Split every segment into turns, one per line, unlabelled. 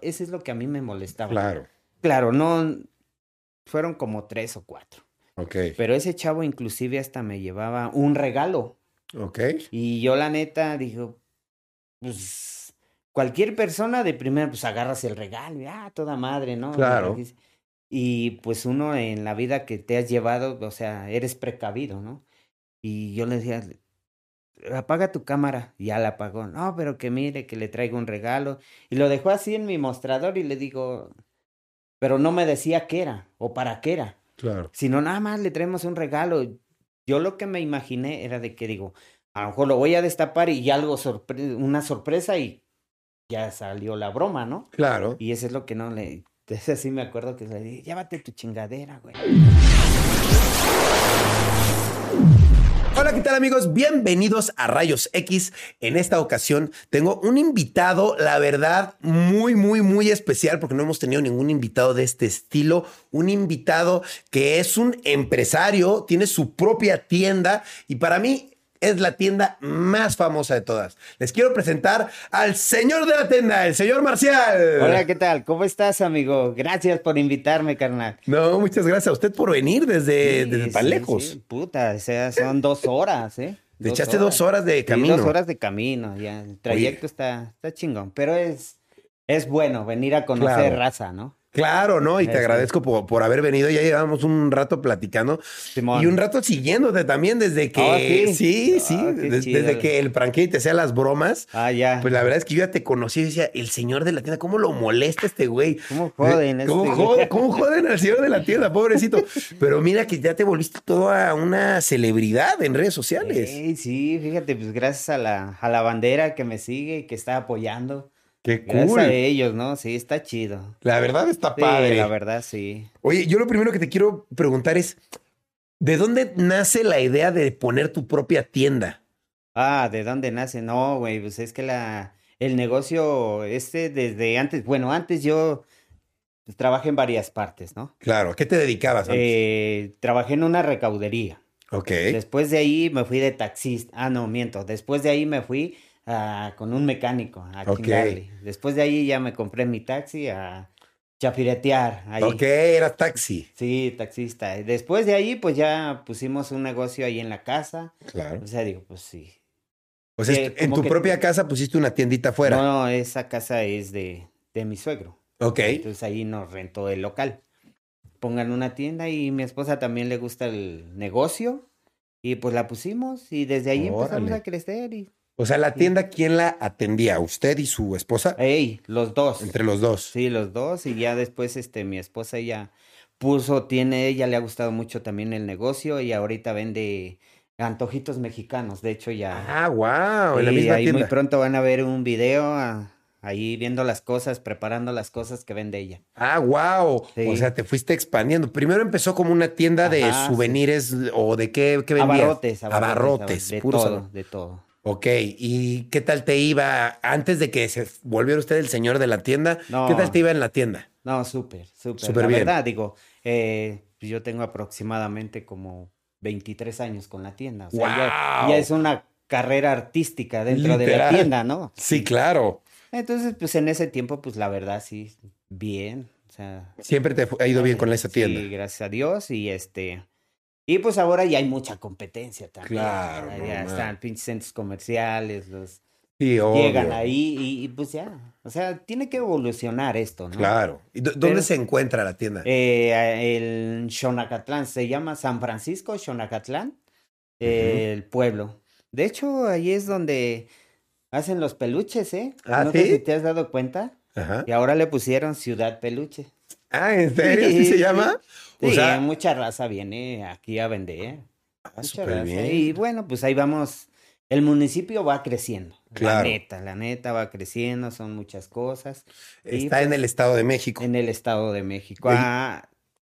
eso es lo que a mí me molestaba.
Claro,
Claro, no fueron como tres o cuatro.
ok,
Pero ese chavo inclusive hasta me llevaba un regalo.
ok.
Y yo la neta dijo, pues cualquier persona de primera pues agarras el regalo, y, ah, toda madre, ¿no?
Claro.
Y pues uno en la vida que te has llevado, o sea, eres precavido, ¿no? Y yo le decía, apaga tu cámara, ya la apagó, no, pero que mire, que le traigo un regalo. Y lo dejó así en mi mostrador y le digo, pero no me decía qué era o para qué era
Claro,
sino nada más le traemos un regalo. Yo lo que me imaginé era de que digo, a lo mejor lo voy a destapar y ya algo sorpre una sorpresa y ya salió la broma, ¿no?
claro.
Y eso es lo que no le ese sí me acuerdo que le dije, llévate tu chingadera, güey.
Hola, ¿qué tal amigos? Bienvenidos a Rayos X. En esta ocasión tengo un invitado, la verdad, muy, muy, muy especial porque no hemos tenido ningún invitado de este estilo. Un invitado que es un empresario, tiene su propia tienda y para mí es la tienda más famosa de todas. Les quiero presentar al señor de la tienda, el señor Marcial.
Hola, ¿qué tal? ¿Cómo estás, amigo? Gracias por invitarme, carnal.
No, muchas gracias a usted por venir desde,
Sí,
Eh, desde tan
sí,
lejos.
sí, puta, o sea, son dos horas, ¿eh?
Te echaste dos horas de
Sí,
camino.
dos horas de camino, ya. El trayecto está, está chingón, pero es, es bueno venir a conocer
Claro.
raza, ¿no?
Claro, ¿no? Y te
Eso.
agradezco por, por haber venido. Ya llevamos un rato platicando
Simón.
y un rato siguiéndote también desde que...
Ah, ¿sí?
sí,
Ah,
sí,
qué
des-
chido.
desde que el franquete te hacía las bromas.
Ah, ya.
Pues la verdad es que yo ya te conocí y decía, el señor de la tienda, ¿cómo lo molesta este güey?
¿Cómo joden
¿Cómo,
este
jode-
güey?
cómo joden al señor de la tienda, pobrecito? Pero mira que ya te volviste toda una celebridad en redes sociales.
Ey, sí, fíjate, pues gracias a la, a la bandera que me sigue y que está apoyando.
Qué
Gracias
cool.
a ellos, ¿no? Sí, está chido.
La verdad está
Sí,
padre.
la verdad, sí.
Oye, yo lo primero que te quiero preguntar es, ¿de dónde nace la idea de poner tu propia tienda?
Ah, ¿de dónde nace? No, güey, pues es que la, el negocio este desde antes, bueno, antes yo pues, trabajé en varias partes, ¿no?
Claro, ¿a qué te dedicabas antes?
Eh, pues, trabajé en una recaudería.
ok,
Después de ahí me fui de taxista. Ah, no, miento. Después de ahí me fui ah, con un mecánico a
Ok.
chingarle. Después de ahí ya me compré mi taxi a chafiretear ahí.
ok, era taxi.
Sí, taxista. Y Después de ahí, pues ya pusimos un negocio ahí en la casa.
Claro.
O sea, digo, pues sí.
O sea,
eh,
en
como
tu
que-
propia casa pusiste una tiendita afuera.
No, esa casa es de, de mi suegro.
ok,
Entonces ahí nos rentó el local. Pongan una tienda y mi esposa también le gusta el negocio. Y pues la pusimos y desde ahí empezamos
Órale.
a crecer. Y,
o sea, la tienda, ¿quién la atendía? ¿Usted y su esposa?
¡Ey! Los dos.
Entre los dos.
Eh, Sí, los dos. Y ya después, este, mi esposa ella puso, tiene, ella le ha gustado mucho también el negocio y ahorita vende antojitos mexicanos. De hecho, ya.
Ah, wow, en la
Sí,
misma
ahí muy
tienda.
pronto van a ver un video ah, ahí viendo las cosas, preparando las cosas que vende ella.
Ah, wow. O
Sí.
sea, te fuiste expandiendo. Primero empezó como una tienda de
Ajá, sí.
souvenirs o de qué, qué vendías.
Abarrotes, abarrotes,
Abarrotes,
de
puros
todo,
abarrotes.
de todo.
Ok, ¿y qué tal te iba antes de que se volviera usted el señor de la tienda?
No.
¿Qué tal te iba en la tienda?
No, súper, súper.
Súper
la
bien.
verdad, digo, eh, yo tengo aproximadamente como 23 años con la tienda. O sea, ya,
¡Guau!
ya es una carrera artística dentro de la
Literal.
tienda, ¿no?
Sí, claro.
Entonces, pues en ese tiempo, pues la verdad, sí, bien. O sea,
Siempre te fu- ha ido bien con esa tienda.
sí, gracias a Dios. Y este. Y pues ahora ya hay mucha competencia también.
Claro,
Ya,
no
ya
mames.
están pinches centros comerciales, los
Sí, obvio.
llegan ahí y, y, pues ya. O sea, tiene que evolucionar esto, ¿no?
Claro. ¿Y dó- dónde
Pero-
se encuentra la tienda?
Eh, a- el Xonacatlán, se llama San Francisco Xonacatlán, eh, el pueblo. De hecho, ahí es donde hacen los peluches, ¿eh?
Ah,
no sé
¿sí?
si te has dado cuenta.
Ajá.
Y ahora le pusieron Ciudad Peluche.
Ah, ¿en serio? ¿Sí
Sí,
se llama?
Sí,
O sea,
mucha raza viene aquí a vender.
ah,
mucha
súper
raza.
bien.
Y bueno, pues ahí vamos El municipio va creciendo. La
Claro.
neta, la neta va creciendo, son muchas cosas. Y,
Está en el Estado de México.
En el Estado de México.
Oye.
Ah,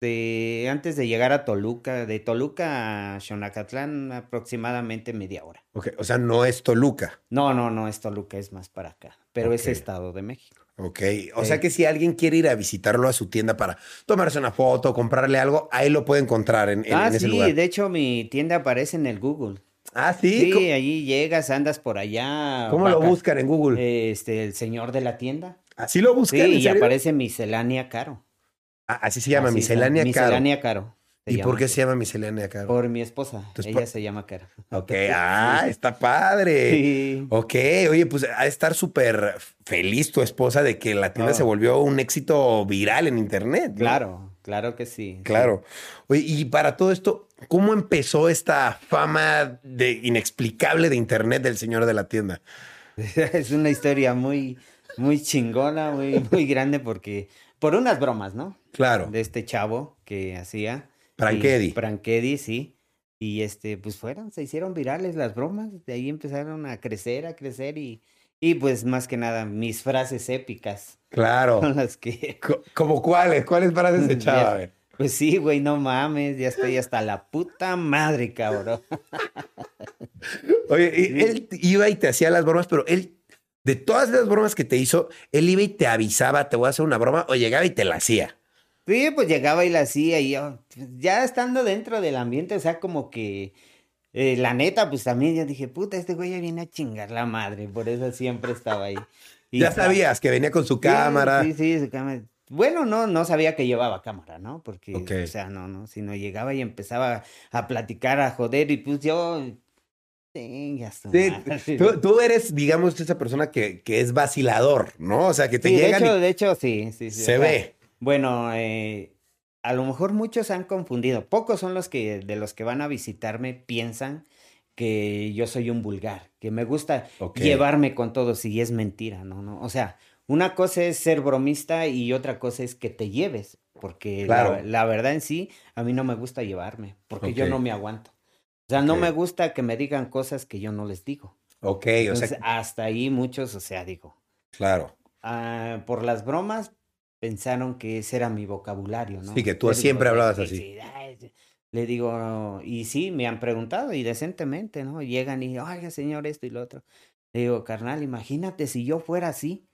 de- antes de llegar a Toluca, de Toluca a Xonacatlán aproximadamente media hora.
Ok, O sea, no es Toluca.
No, no, no, es Toluca, es más para acá, pero es
Ok.
Estado de México.
Ok. O
Sí.
sea que si alguien quiere ir a visitarlo a su tienda para tomarse una foto, comprarle algo, ahí lo puede encontrar en, en-
ah,
en ese
sí,
lugar.
de hecho mi tienda aparece en el Google.
Ah, sí.
Sí,
¿Cómo-
allí llegas, andas por allá.
¿Cómo lo
vaca-
buscan en Google?
Este, el señor de la tienda.
¿Así lo
Sí,
buscan? ¿En
y
serio?
aparece miscelánea caro.
Ah, así se llama,
Así se llama,
miscelánea caro.
Miscelánea caro. se
¿Y
llama
por qué
así.
se llama miscelánea caro?
Por mi esposa.
Tu espo-
Ella se llama Caro.
Ok, ah, está padre.
Sí.
Ok, oye, pues ha de estar súper feliz tu esposa de que la tienda
Ah.
se volvió un éxito viral en internet. ¿no?
Claro, claro que sí. sí.
Claro. Oye, y para todo esto, ¿cómo empezó esta fama de inexplicable de internet del señor de la tienda?
Es una historia muy, muy chingona, muy, muy grande porque por unas bromas, ¿no?
Claro.
De este chavo que hacía.
Franchedi.
Y- Franchedi, sí. Y este, pues fueron, se hicieron virales las bromas. De ahí empezaron a crecer, a crecer y, y pues más que nada mis frases épicas
Claro.
con las que,
Co- ¿Como cuáles? ¿Cuáles para ese chava? A ver.
pues sí, güey, no mames, ya estoy hasta la puta madre, cabrón.
Oye, y él iba y te hacía las bromas, pero él, de todas las bromas que te hizo, él iba y te avisaba, te voy a hacer una broma, o llegaba y te la hacía.
Sí, pues llegaba y la hacía y yo, pues, ya estando dentro del ambiente, o sea, como que eh, la neta, pues también yo dije, puta, este güey ya viene a chingar la madre, por eso siempre estaba ahí. Y
ya
está-
sabías que venía con su
Sí,
cámara.
Sí, sí, su cámara. Bueno, no, no sabía que llevaba cámara, ¿no? Porque,
Ok.
o sea, no, no, sino llegaba y empezaba a platicar, a joder, y pues yo, "Chinga su
Sí,
madre".
tú, tú eres, digamos, esa persona que, que es vacilador, ¿no? O sea, que te
Sí, de
llegan
hecho,
y
de hecho, sí, sí, sí. o
se
sea,
ve.
Bueno, eh, a lo mejor muchos han confundido. Pocos son los que de los que van a visitarme piensan que yo soy un vulgar, que me gusta
Ok.
llevarme con todos y es mentira, no, no. O sea, una cosa es ser bromista y otra cosa es que te lleves, porque la-
Claro.
la, verdad en sí a mí no me gusta llevarme, porque yo
Ok.
no me aguanto. O sea, no
Ok.
me gusta que me digan cosas que yo no les digo.
Ok, o
Entonces,
sea,
hasta ahí muchos, o sea, digo,
claro.
ah, por las bromas pensaron que ese era mi vocabulario, ¿no?
Sí, que tú
Yo digo,
siempre hablabas
"Sí,
así".
sí, ay, sí". Le digo, y sí, me han preguntado y decentemente, ¿no? Llegan y, oiga, señor, esto y lo otro. Le digo, carnal, imagínate si yo fuera así,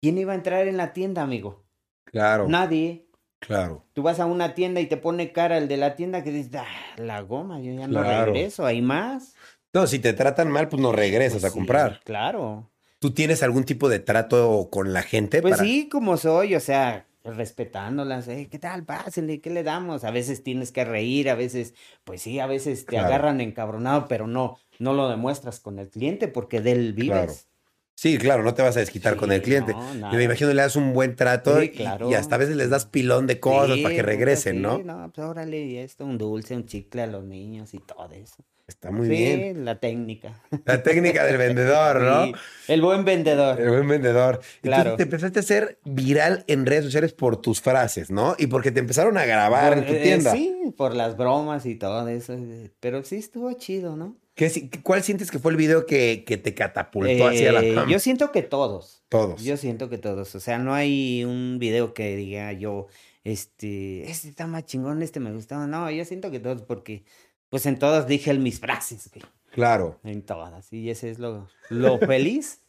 ¿quién iba a entrar en la tienda, amigo?
Claro,
Nadie.
claro.
Tú vas a una tienda y te pone cara el de la tienda que dices, "Ah, la goma, yo ya no
Claro.
regreso, hay más.
No, si te tratan mal, pues no regresas
Pues
a
sí,
comprar.
claro.
¿Tú tienes algún tipo de trato con la gente?
Pues
Eh, para-
sí, como soy, o sea, respetándolas, eh, ¿qué tal? Pásenle, ¿qué le damos? A veces tienes que reír, a veces, pues sí, a veces te
Claro.
agarran encabronado, pero no, no lo demuestras con el cliente porque de él
Claro.
vives.
Sí, claro, no te vas a desquitar con
Sí,
el cliente.
no,
Yo
nada.
me imagino le das un buen trato
Sí,
y-
claro.
y hasta a veces les das pilón de cosas
Sí,
para que
pues,
regresen,
así,
¿no?
No, pues órale, y esto, un dulce, un chicle a los niños y todo eso.
Está muy
sí,
bien.
la técnica.
La técnica del vendedor, ¿no?
Sí, el buen vendedor.
El buen vendedor. Entonces
Claro.
te empezaste a ser viral en redes sociales por tus frases, ¿no? Y porque te empezaron a grabar en
Por-
tu
eh,
tienda.
sí, por las bromas y todo eso. eh, Pero sí estuvo chido, ¿no?
¿Qué si- ¿Cuál sientes que fue el video que, que te catapultó hacia la
Eh,
fama?
Yo siento que todos.
Todos.
Yo siento que todos, o sea, no hay un video que diga yo, este, este está más chingón, este me gustó. No, yo siento que todos, porque pues en todas dije el- mis frases, güey,
Claro.
en todas. Y ese es lo, lo feliz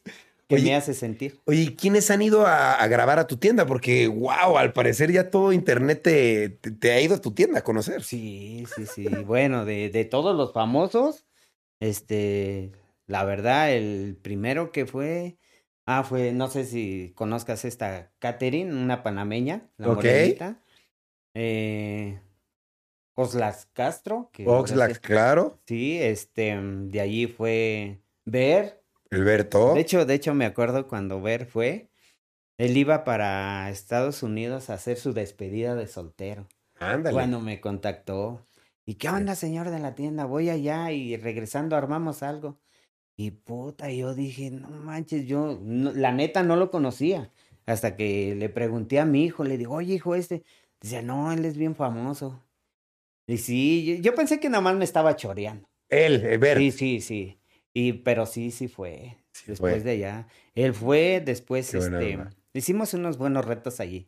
que
Oye.
me hace sentir.
Oye, ¿y ¿quiénes han ido a, a grabar a tu tienda? Porque, wow, al parecer ya todo internet te, te- te ha ido a tu tienda a conocer.
Sí, sí, sí. Bueno, de, de todos los famosos, este, la verdad, el primero que fue, ah, fue, no sé si conozcas esta Catherine, una panameña, la
Ok.
morenita. Eh, Oxlack Castro, que ahora
Oxlack,
sí-
claro.
Sí, este, mm, de allí fue Ver.
Alberto.
De hecho, de hecho, me acuerdo cuando Ver fue, él iba para Estados Unidos a hacer su despedida de soltero.
Ándale.
Cuando me contactó. ¿Y qué onda, señor de la tienda? Voy allá y regresando armamos algo. Y puta, yo dije, no manches, yo no- la neta no lo conocía. Hasta que le pregunté a mi hijo, le digo, oye, hijo, este. Dice, no, él es bien famoso. Y sí, yo, yo pensé que nada más me estaba choreando.
Él, Alberto.
Sí, sí, sí. Y, pero sí, sí fue.
Sí
después
fue.
de allá. Él fue, después,
Qué buena
este,
onda.
hicimos unos buenos retos allí.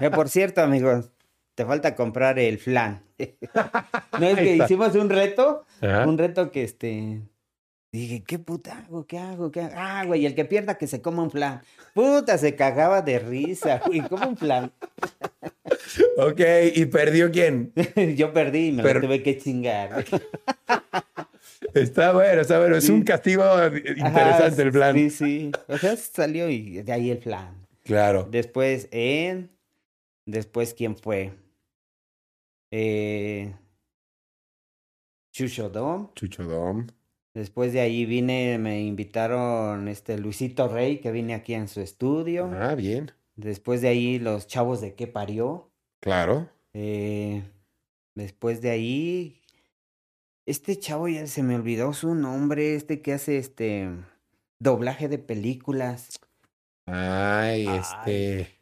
Eh, por cierto, amigos, te falta comprar el flan. no es
Ahí
que
está. Ah.
hicimos un reto,
Ajá.
un reto que este. Dije, ¿qué puta hago? ¿Qué hago? ¿Qué hago? Ah, güey, el que pierda que se coma un flan. Puta, se cagaba de risa, güey, como un flan.
Ok, ¿y perdió quién?
Yo perdí y me lo
Pero-
tuve que chingar.
Está bueno, está bueno. Es
Sí.
un castigo interesante
Ajá,
el plan.
Sí, sí. O sea, salió y de ahí el plan.
Claro.
Después él. Después, ¿quién fue? Eh, Chucho Dom.
Chuchodón.
Después de ahí vine, me invitaron este Luisito Rey, que vine aquí en su estudio.
Ah, bien.
Después de ahí, los chavos de qué parió.
Claro.
Eh, después de ahí, este chavo ya se me olvidó su nombre, este que hace este doblaje de películas. Ay.
Ay, este.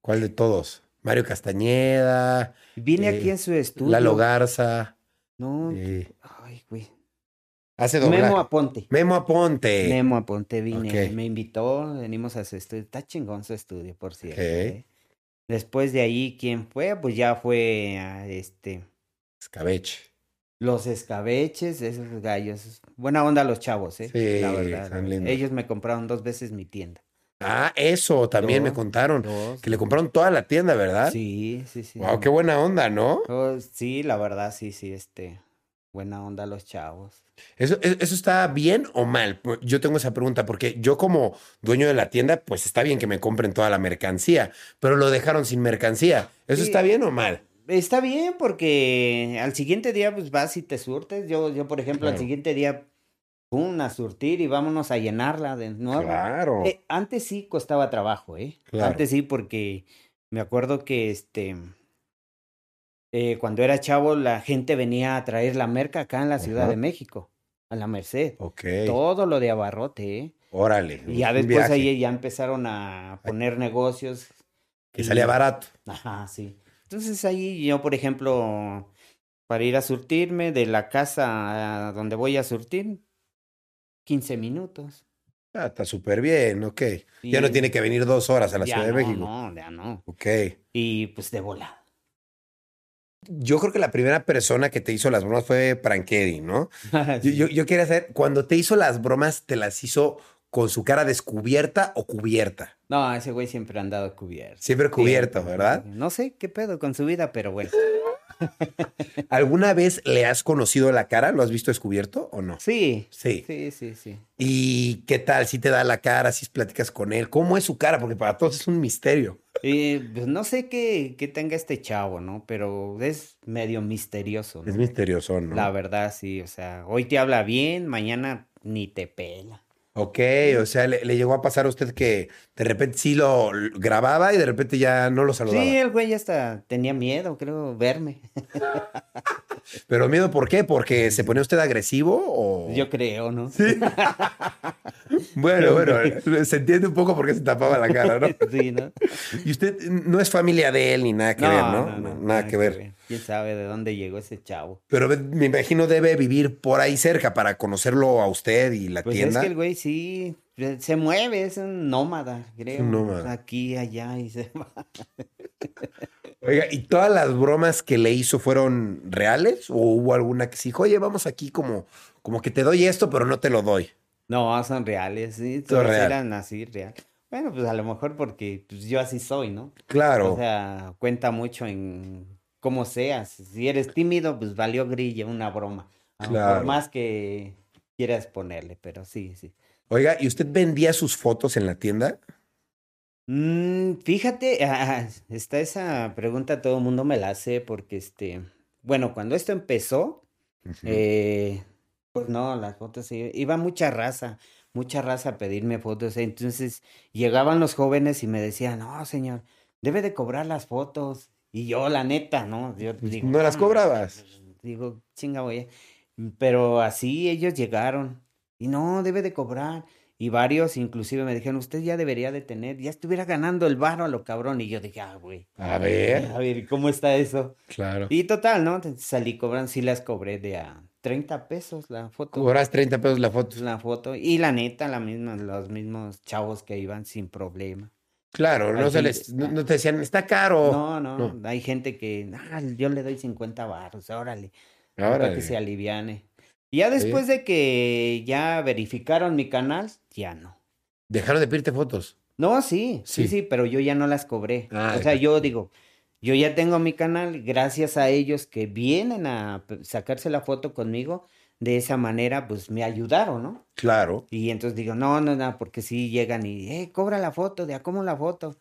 ¿Cuál de todos? Mario Castañeda,
Vine
Eh,
aquí en su estudio.
Lalo Garza.
No,
eh,
ay, güey.
Hace doblaje.
Memo
Memo,
Aponte.
Aponte.
Memo Aponte vine,
Ok.
me invitó, venimos a su estudio. Está chingón su estudio, por cierto.
Ok.
¿eh? Después de ahí, ¿quién fue? Pues ya fue a, este
Escabeche.
los escabeches, esos gallos. Buena onda los chavos, ¿eh?
Sí,
la verdad.
están lindos.
Ellos me compraron dos veces mi tienda.
Ah, eso también
Dos.
me contaron.
Dos.
Que le compraron toda la tienda, ¿verdad?
Sí, sí, sí.
Wow, qué buena onda, ¿no?
Oh, sí, la verdad, sí, sí, este. Buena onda los chavos.
¿Eso, e- ¿Eso está bien o mal? Pu- Yo tengo esa pregunta porque yo como dueño de la tienda, pues está bien que me compren toda la mercancía, pero lo dejaron sin mercancía. ¿Eso
Sí.
está bien o mal?
Está bien porque al siguiente día pues vas y te surtes. Yo, yo por ejemplo, al
Claro.
siguiente día, pum, a surtir y vámonos a llenarla de nuevo.
Claro.
Eh, antes sí costaba trabajo, ¿eh?
Claro.
Antes sí porque me acuerdo que este, eh, cuando era chavo la gente venía a traer la merca acá en la Ciudad
Ajá.
de México, a la Merced.
Ok.
Todo lo de abarrote, ¿eh?
Órale.
Y ya
un
después
viaje
ahí ya empezaron a poner negocios.
Que salía
y-
barato.
Ajá, sí. Entonces ahí yo, por ejemplo, para ir a surtirme de la casa a donde voy a surtir, 15 minutos.
Ah, está súper bien, ok. Ya no
Y-
tiene que venir dos horas a la
Ya
Ciudad de
no,
México.
No, ya no.
Ok.
Y pues de volada.
Yo creo que la primera persona que te hizo las bromas fue Franketti, ¿no? Yo, yo, yo quería saber, cuando te hizo las bromas, ¿te las hizo con su cara descubierta o cubierta?
No, ese güey siempre ha andado cubierto.
Siempre cubierto, ¿verdad?
No sé qué pedo con su vida, pero bueno.
¿Alguna vez le has conocido la cara? ¿Lo has visto descubierto o no?
Sí,
Sí.
sí, sí, sí.
¿Y qué tal? ¿Si te da la cara? ¿Si platicas con él? ¿Cómo es su cara? Porque para todos es un misterio.
Eh, pues no sé qué, qué tenga este chavo, ¿no? Pero es medio misterioso,
Es
¿no?
misterioso, ¿no?
La verdad, sí, o sea, hoy te habla bien, mañana ni te pela.
Ok, o sea, le, le llegó a pasar a usted que de repente sí lo l- grababa y de repente ya no lo saludaba.
Sí, el güey ya hasta tenía miedo, creo, verme.
Pero miedo, ¿por qué? ¿Porque se ponía usted agresivo o...?
Yo creo, ¿no?
Oh. Sí. bueno, bueno, se entiende un poco por qué se tapaba la cara, ¿no?
Sí, ¿no?
Y usted no es familia de él ni nada que ver, ¿no? nada que ver.
¿Quién sabe de dónde llegó ese chavo?
Pero ve- me imagino debe vivir por ahí cerca para conocerlo a usted y la
Pues es
tienda.
que el güey sí eh, se mueve, es un nómada, creo.
un nómada.
Aquí, allá y se va.
Oiga, ¿y todas las bromas que le hizo fueron reales? ¿O hubo alguna que se dijo, oye, vamos aquí como, como que te doy esto, pero no te lo doy?
No, son reales, sí,
Son
todos
real.
eran así, real. Bueno, pues a lo mejor porque pues, yo así soy, ¿no?
Claro.
O sea, cuenta mucho en cómo seas. Si eres tímido, pues valió grilla, una broma. A lo mejor
Claro.
más que quieras ponerle, pero sí, sí.
Oiga, ¿y usted vendía sus fotos en la tienda?
Mm, fíjate, ah, está esa pregunta, todo el mundo me la hace porque este, bueno, cuando esto empezó, eh, pues no, las fotos, sí, iba mucha raza, mucha raza a pedirme fotos, entonces llegaban los jóvenes y me decían, no, señor, debe de cobrar las fotos, y yo, la neta, no, yo digo,
Pues, no las
"No,
cobrabas".
digo, chinga, voy, pero así ellos llegaron, y no, debe de cobrar, y varios inclusive me dijeron, usted ya debería de tener, ya estuviera ganando el varo a lo cabrón. Y yo dije, ah, güey,
A ver.
a ver, ¿cómo está eso?
Claro.
Y total, ¿no? Salí cobrando, sí las cobré de a, 30 pesos la foto. Pues,
Cobras 30 pesos la foto.
La foto. Y la neta, la misma, los mismos chavos que iban sin problema.
Claro, no,
Así
se les,
está.
no, no te decían, está caro.
ah. No, no,
Oh, no.
hay gente que, "Ah, yo le doy 50 baros, órale, para
Ahora,
que se aliviane. Y ya
Sí.
después de que ya verificaron mi canal, ya no.
dejaron de pedirte fotos.
No, sí, sí,
Sí.
sí, pero yo ya no las cobré.
Ah,
o sea,
exacto.
yo digo, yo ya tengo mi canal, gracias a ellos que vienen a p- sacarse la foto conmigo, de esa manera, pues me ayudaron, ¿no?
Claro.
Y entonces digo, no, no, no, porque sí llegan y, eh, cobra la foto, de a cómo la foto.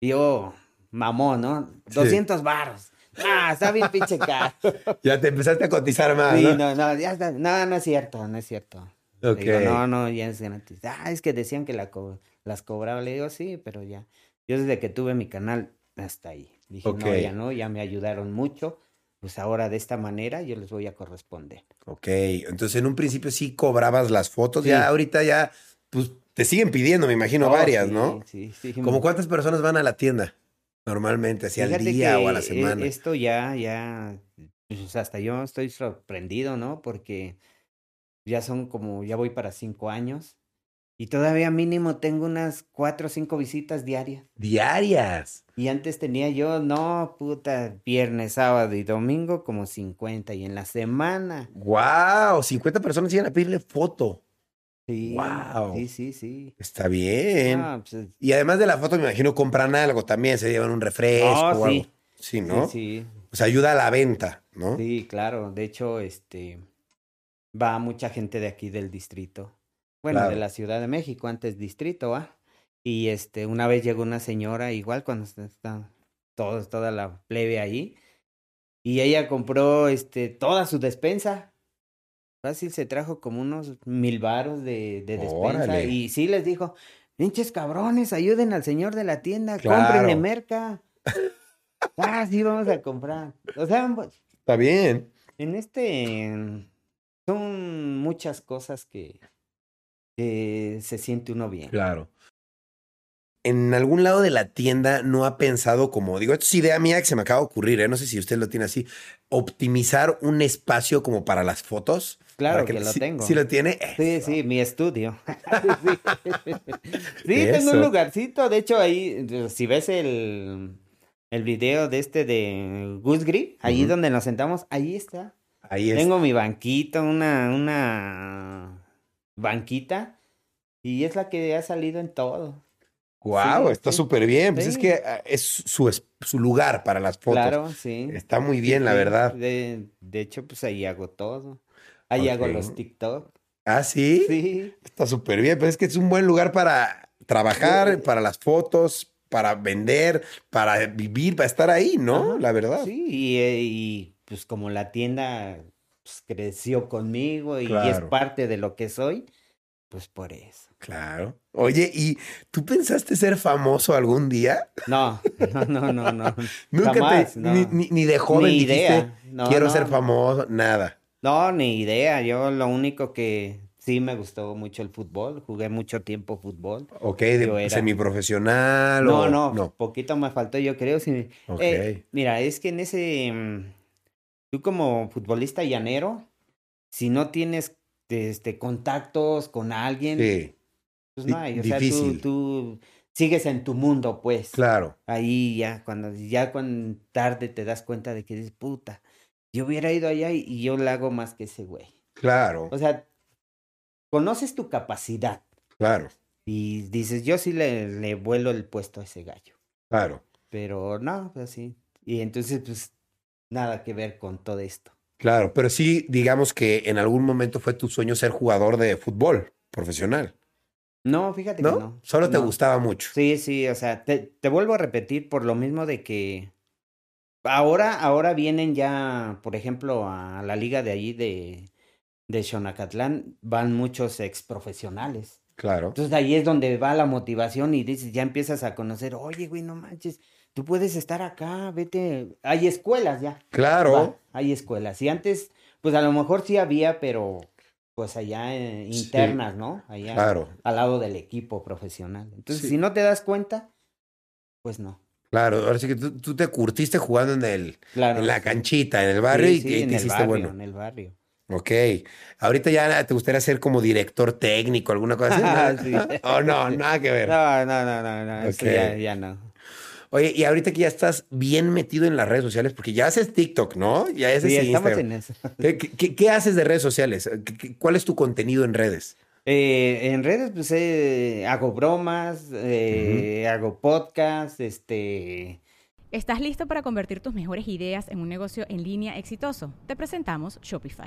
Y yo, mamón, ¿no?
Sí.
200 baros. Ah, está bien pinche caro.
Ya te empezaste a cotizar más.
Sí,
Ah, ¿no?
no, no, ya está. No, no es cierto, no es cierto. Le
Ok.
digo, no, no, ya es gratis. Ah, es que decían que la co- las cobraba. Le digo, sí, pero ya. Yo desde que tuve mi canal hasta ahí. Dije,
Ok.
no, ya no, ya me ayudaron mucho. Pues ahora de esta manera yo les voy a corresponder.
Ok, entonces en un principio sí cobrabas las fotos,
Sí.
ya ahorita ya, pues te siguen pidiendo, me imagino,
Oh,
varias,
sí,
¿no?
Sí, sí.
¿Como cuántas personas van a la tienda normalmente, así al
Fíjate
día o a la
que, eh,
semana?
Esto ya, ya, pues hasta yo estoy sorprendido, ¿no? Porque ya son como, ya voy para cinco años y todavía mínimo tengo unas cuatro o cinco visitas diarias.
Diarias.
Y antes tenía yo, no, puta, viernes, sábado y domingo como 50 y en la semana.
¡Wow! 50 personas siguen a pedirle foto.
Sí,
Guau.
sí, sí, sí.
Está bien.
Ah, pues,
Y además de la foto, me imagino compran algo también, se llevan un refresco
Oh,
o
sí.
algo. Sí, ¿no?
sí,
O sea, ayuda a la venta, ¿no?
sí, sí, claro. De hecho, este, va mucha gente de aquí del distrito. Bueno, de
Claro.
la Ciudad de México, antes distrito, ¿ah? Y este, una vez llegó una señora, igual cuando está- está todo, toda la plebe ahí, y ella compró este, toda su despensa. Fácil se trajo como unos mil varos de, de despensa.
Órale.
Y sí les dijo, pinches cabrones, ayuden al señor de la tienda, cómprenle
Claro.
merca. ah, sí, vamos a comprar. O sea,
Está bien.
en este en- son muchas cosas que, que se siente uno bien.
Claro. En algún lado de la tienda no ha pensado como, digo, esto es idea mía que se me acaba de ocurrir, ¿eh? no sé si usted lo tiene así, optimizar un espacio como para las fotos.
Claro
Para
que lo
sí-
tengo.
Sí lo tiene.
Sí,
Eh,
sí, mi estudio. sí, Sí, tengo
Eso.
un lugarcito. De hecho, ahí, eh, si ves el, el video de este de Gusgri, ahí
Ujú.
donde nos sentamos, ahí está.
Ahí es.
Tengo mi banquito, una, una banquita, y es la que ha salido en todo.
Wow,
sí,
está
sí.
súper bien. Pues es
Sí.
que ah, es su, es- su lugar para las fotos.
Claro, sí.
Está muy
Sí,
bien, la
sí,
verdad.
De, de hecho, pues ahí hago todo. Ahí hago
Ok.
los TikTok.
Ah, sí.
Sí,
Está súper bien. Pero es que es un buen lugar para trabajar,
Sí.
para las fotos, para vender, para vivir, para estar ahí, ¿no?
Ajá.
La verdad.
sí. Y, eh, y, pues como la tienda pues, creció conmigo y es
Claro.
parte de lo que soy, pues por eso.
Claro. Oye, ¿y tú pensaste ser famoso algún día?
No, no, no, no, no.
Nunca te-
Jamás, no.
ni, ni- ni de joven
Ni
dijiste,
idea. No,
quiero
no,
ser
no.
famoso, nada.
No, ni idea. Yo lo único que sí me gustó mucho el fútbol. Jugué mucho tiempo fútbol.
Ok, de
Yo era-
semiprofesional
No,
o
no, poquito me faltó, yo creo. sí.
Ok.
Eh, mira, es que en ese. mm, Tú, como futbolista llanero, si no tienes este, contactos con alguien,
Sí,
pues
di-
no hay. O sea, tú,
difícil.
tú sigues en tu mundo, pues.
claro.
Ahí ya, cuando ya cuando tarde te das cuenta de que dices, puta, yo hubiera ido allá y, y yo la hago más que ese güey.
Claro,
O sea, conoces tu capacidad
claro,
y dices, yo sí le, le vuelo el puesto a ese gallo.
claro,
Pero no, pues sí. Y entonces, pues, nada que ver con todo esto.
claro. Pero sí, digamos que en algún momento fue tu sueño ser jugador de fútbol profesional,
No, fíjate
¿no?
que Eh, no.
Solo te
no.
gustaba mucho.
Sí, sí, o sea, te, te vuelvo a repetir por lo mismo de que ahora, ahora vienen ya, por ejemplo, a la liga de allí de, de Xonacatlán, van muchos exprofesionales.
Claro.
Entonces ahí es donde va la motivación y dices, ya empiezas a conocer, oye, güey, no manches, tú puedes estar acá, vete, hay escuelas ya.
Claro.
Va, hay escuelas. Y antes, pues a lo mejor sí había, pero pues allá eh,
Sí.
internas, ¿no? Allá
Claro,
al lado del equipo profesional. Entonces,
Sí.
si no te das cuenta, pues no.
claro. Ahora sí que tú, tú te curtiste jugando en el,
Claro.
en la
sí.
canchita, en el barrio
Sí,
y
sí,
te- y
en
te
el
hiciste
barrio,
bueno.
en el barrio.
Ok. Ahorita ya te gustaría ser como director técnico, alguna cosa así.
Sí.
¿no? Oh, no, nada que ver.
No, no, no, no, no, eso
Ok.
ya, ya no.
Oye, y ahorita que ya estás bien metido en las redes sociales, porque ya haces TikTok, ¿no? Ya haces
Sí, estamos
Instagram.
en eso.
¿Qué, qué- qué haces de redes sociales? ¿Qué- qué- ¿Cuál es tu contenido en redes?
Eh, en redes, pues eh, hago bromas, eh, hago podcast, este.
¿Estás listo para convertir tus mejores ideas en un negocio en línea exitoso? Te presentamos Shopify.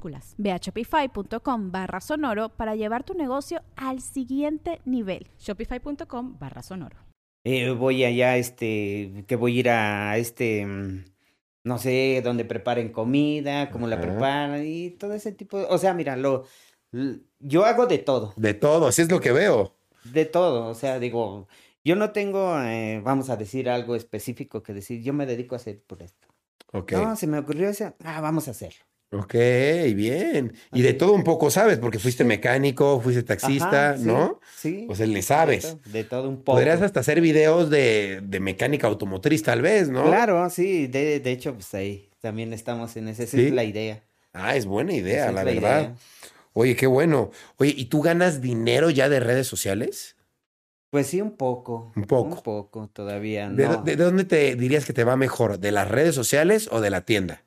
Ve a shopify.com barra sonoro para llevar tu negocio al siguiente nivel.
Shopify.com barra sonoro.
eh, voy allá, este, que voy a ir a este, mm, no sé, donde preparen comida, cómo la
Ajá.
preparan y todo ese tipo de- o sea, mira, lo, l- yo hago de todo,
De todo, así es lo que veo.
de todo, o sea, digo, yo no tengo, eh, vamos a decir algo específico que decir, yo me dedico a hacer por esto.
Ok.
No, se me ocurrió eso, ah, vamos a hacerlo.
Ok, bien. Y de todo un poco sabes, porque fuiste mecánico, fuiste taxista,
Ajá, sí,
¿no?
Sí.
O sea, le
De
sabes.
todo, de todo un poco.
Podrías hasta hacer videos de, de mecánica automotriz, tal vez, ¿no?
Claro, sí, de, de hecho, pues ahí también estamos en ese, esa
Sí.
es la idea.
Ah, es buena
esa
idea,
es
la verdad.
idea.
Oye, qué bueno. Oye, ¿y tú ganas dinero ya de redes sociales?
Pues sí, un poco.
Un poco.
Un poco, todavía
¿De,
no.
de- de dónde te dirías que te va mejor? ¿De las redes sociales o de la tienda?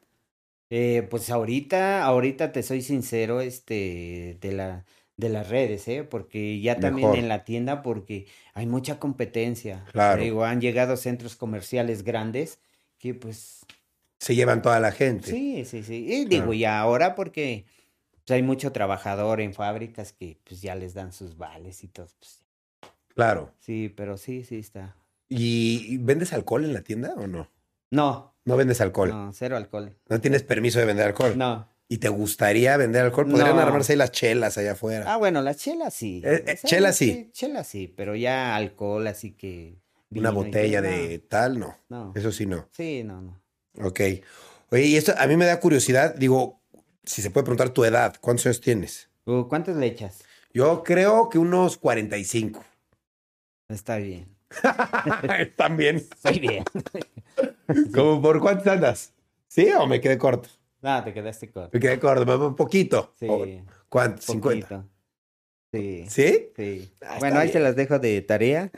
Eh, pues ahorita, ahorita te soy sincero, este, de la, de las redes, ¿eh? Porque ya también
Mejor.
en la tienda, porque hay mucha competencia.
Claro.
Digo, han llegado centros comerciales grandes que pues,
Se llevan toda la gente.
sí, sí, sí. Y
Claro.
digo, y ahora porque pues, hay mucho trabajador en fábricas que pues ya les dan sus vales y todo. pues,
Claro.
sí, pero sí, sí está.
¿Y y vendes alcohol en la tienda o no?
No,
No vendes alcohol. No,
no, cero alcohol.
tienes permiso de vender alcohol.
No.
¿Y te gustaría vender alcohol? Podrían
No.
armarse ahí las chelas allá afuera.
Ah, bueno, las chelas sí.
Eh, eh, chelas sí.
Chelas sí, pero ya alcohol, así que.
Una
vino y todo,
botella
no,
de tal, no.
No.
Eso sí, no.
Sí, no, no.
Ok. Oye, y esto a mí me da curiosidad. Digo, si se puede preguntar tu edad, ¿cuántos años tienes?
Uh, ¿Cuántas le echas?
Yo creo que unos 45.
Está bien.
También.
Estoy bien.
¿Cómo por cuántas andas? ¿Sí o me quedé corto?
no, te quedaste corto.
Me quedé corto, me- un poquito.
Sí,
O- ¿Cuánto? 50.
poquito. Sí.
Oh, ¿Sí?
sí.
Ah,
bueno,
está
ahí te
bien.
las dejo de tarea.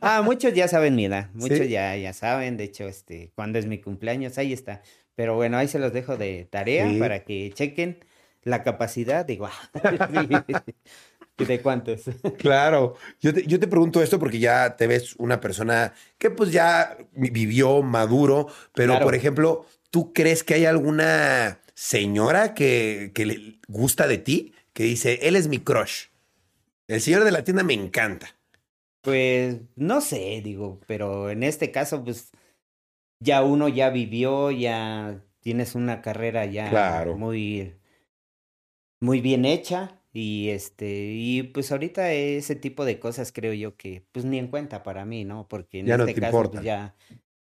Ah, muchos ya saben mi edad. Muchos
¿Sí?
ya, ya saben. De hecho, este, cuándo es mi cumpleaños, ahí está. Pero bueno, ahí se los dejo de tarea
Sí.
para que chequen la capacidad. Digo, ah, sí. ¿de cuántos?
Claro. Yo te, yo te pregunto esto porque ya te ves una persona que pues ya vi- vivió maduro, pero
Claro.
por ejemplo, ¿tú crees que hay alguna señora que, que le gusta de ti? Que dice, él es mi crush. El señor de la tienda me encanta.
Pues no sé, digo, pero en este caso, pues ya uno ya vivió, ya tienes una carrera ya
Claro.
muy, muy bien hecha y este, y pues ahorita ese tipo de cosas creo yo que, pues ni en cuenta para mí, ¿no? Porque en
Ya no
este
te
caso, pues
importan.
ya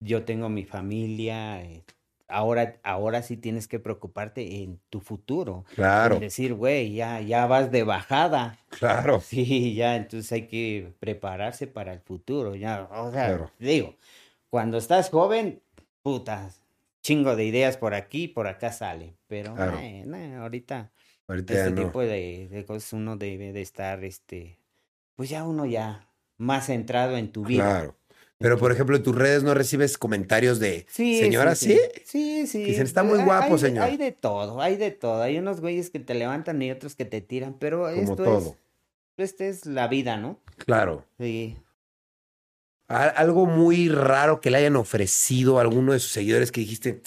yo tengo mi familia, eh, ahora, ahora sí tienes que preocuparte en tu futuro, en
Claro,
decir, güey, ya, ya vas de bajada.
claro.
Sí, ya, entonces hay que prepararse para el futuro, ya, o sea,
Claro.
digo, cuando estás joven, putas, chingo de ideas por aquí, por acá sale, pero
Claro.
eh, nah, ahorita
Ahorita ya
este
no.
tipo de, de cosas uno debe de estar, este, pues ya uno ya más centrado en tu vida.
Claro. Pero por ejemplo, en tus redes no recibes comentarios de
Sí,
señora, sí.
Sí, sí.
Dicen, "Está
eh,
muy
hay-
guapo,
hay de-
señor".
Hay de todo, hay de todo. Hay unos güeyes que te levantan y otros que te tiran, pero
Como
esto
todo.
es, esta es la vida, ¿no?
Claro.
Sí.
Al- Algo muy raro que le hayan ofrecido a alguno de sus seguidores que dijiste,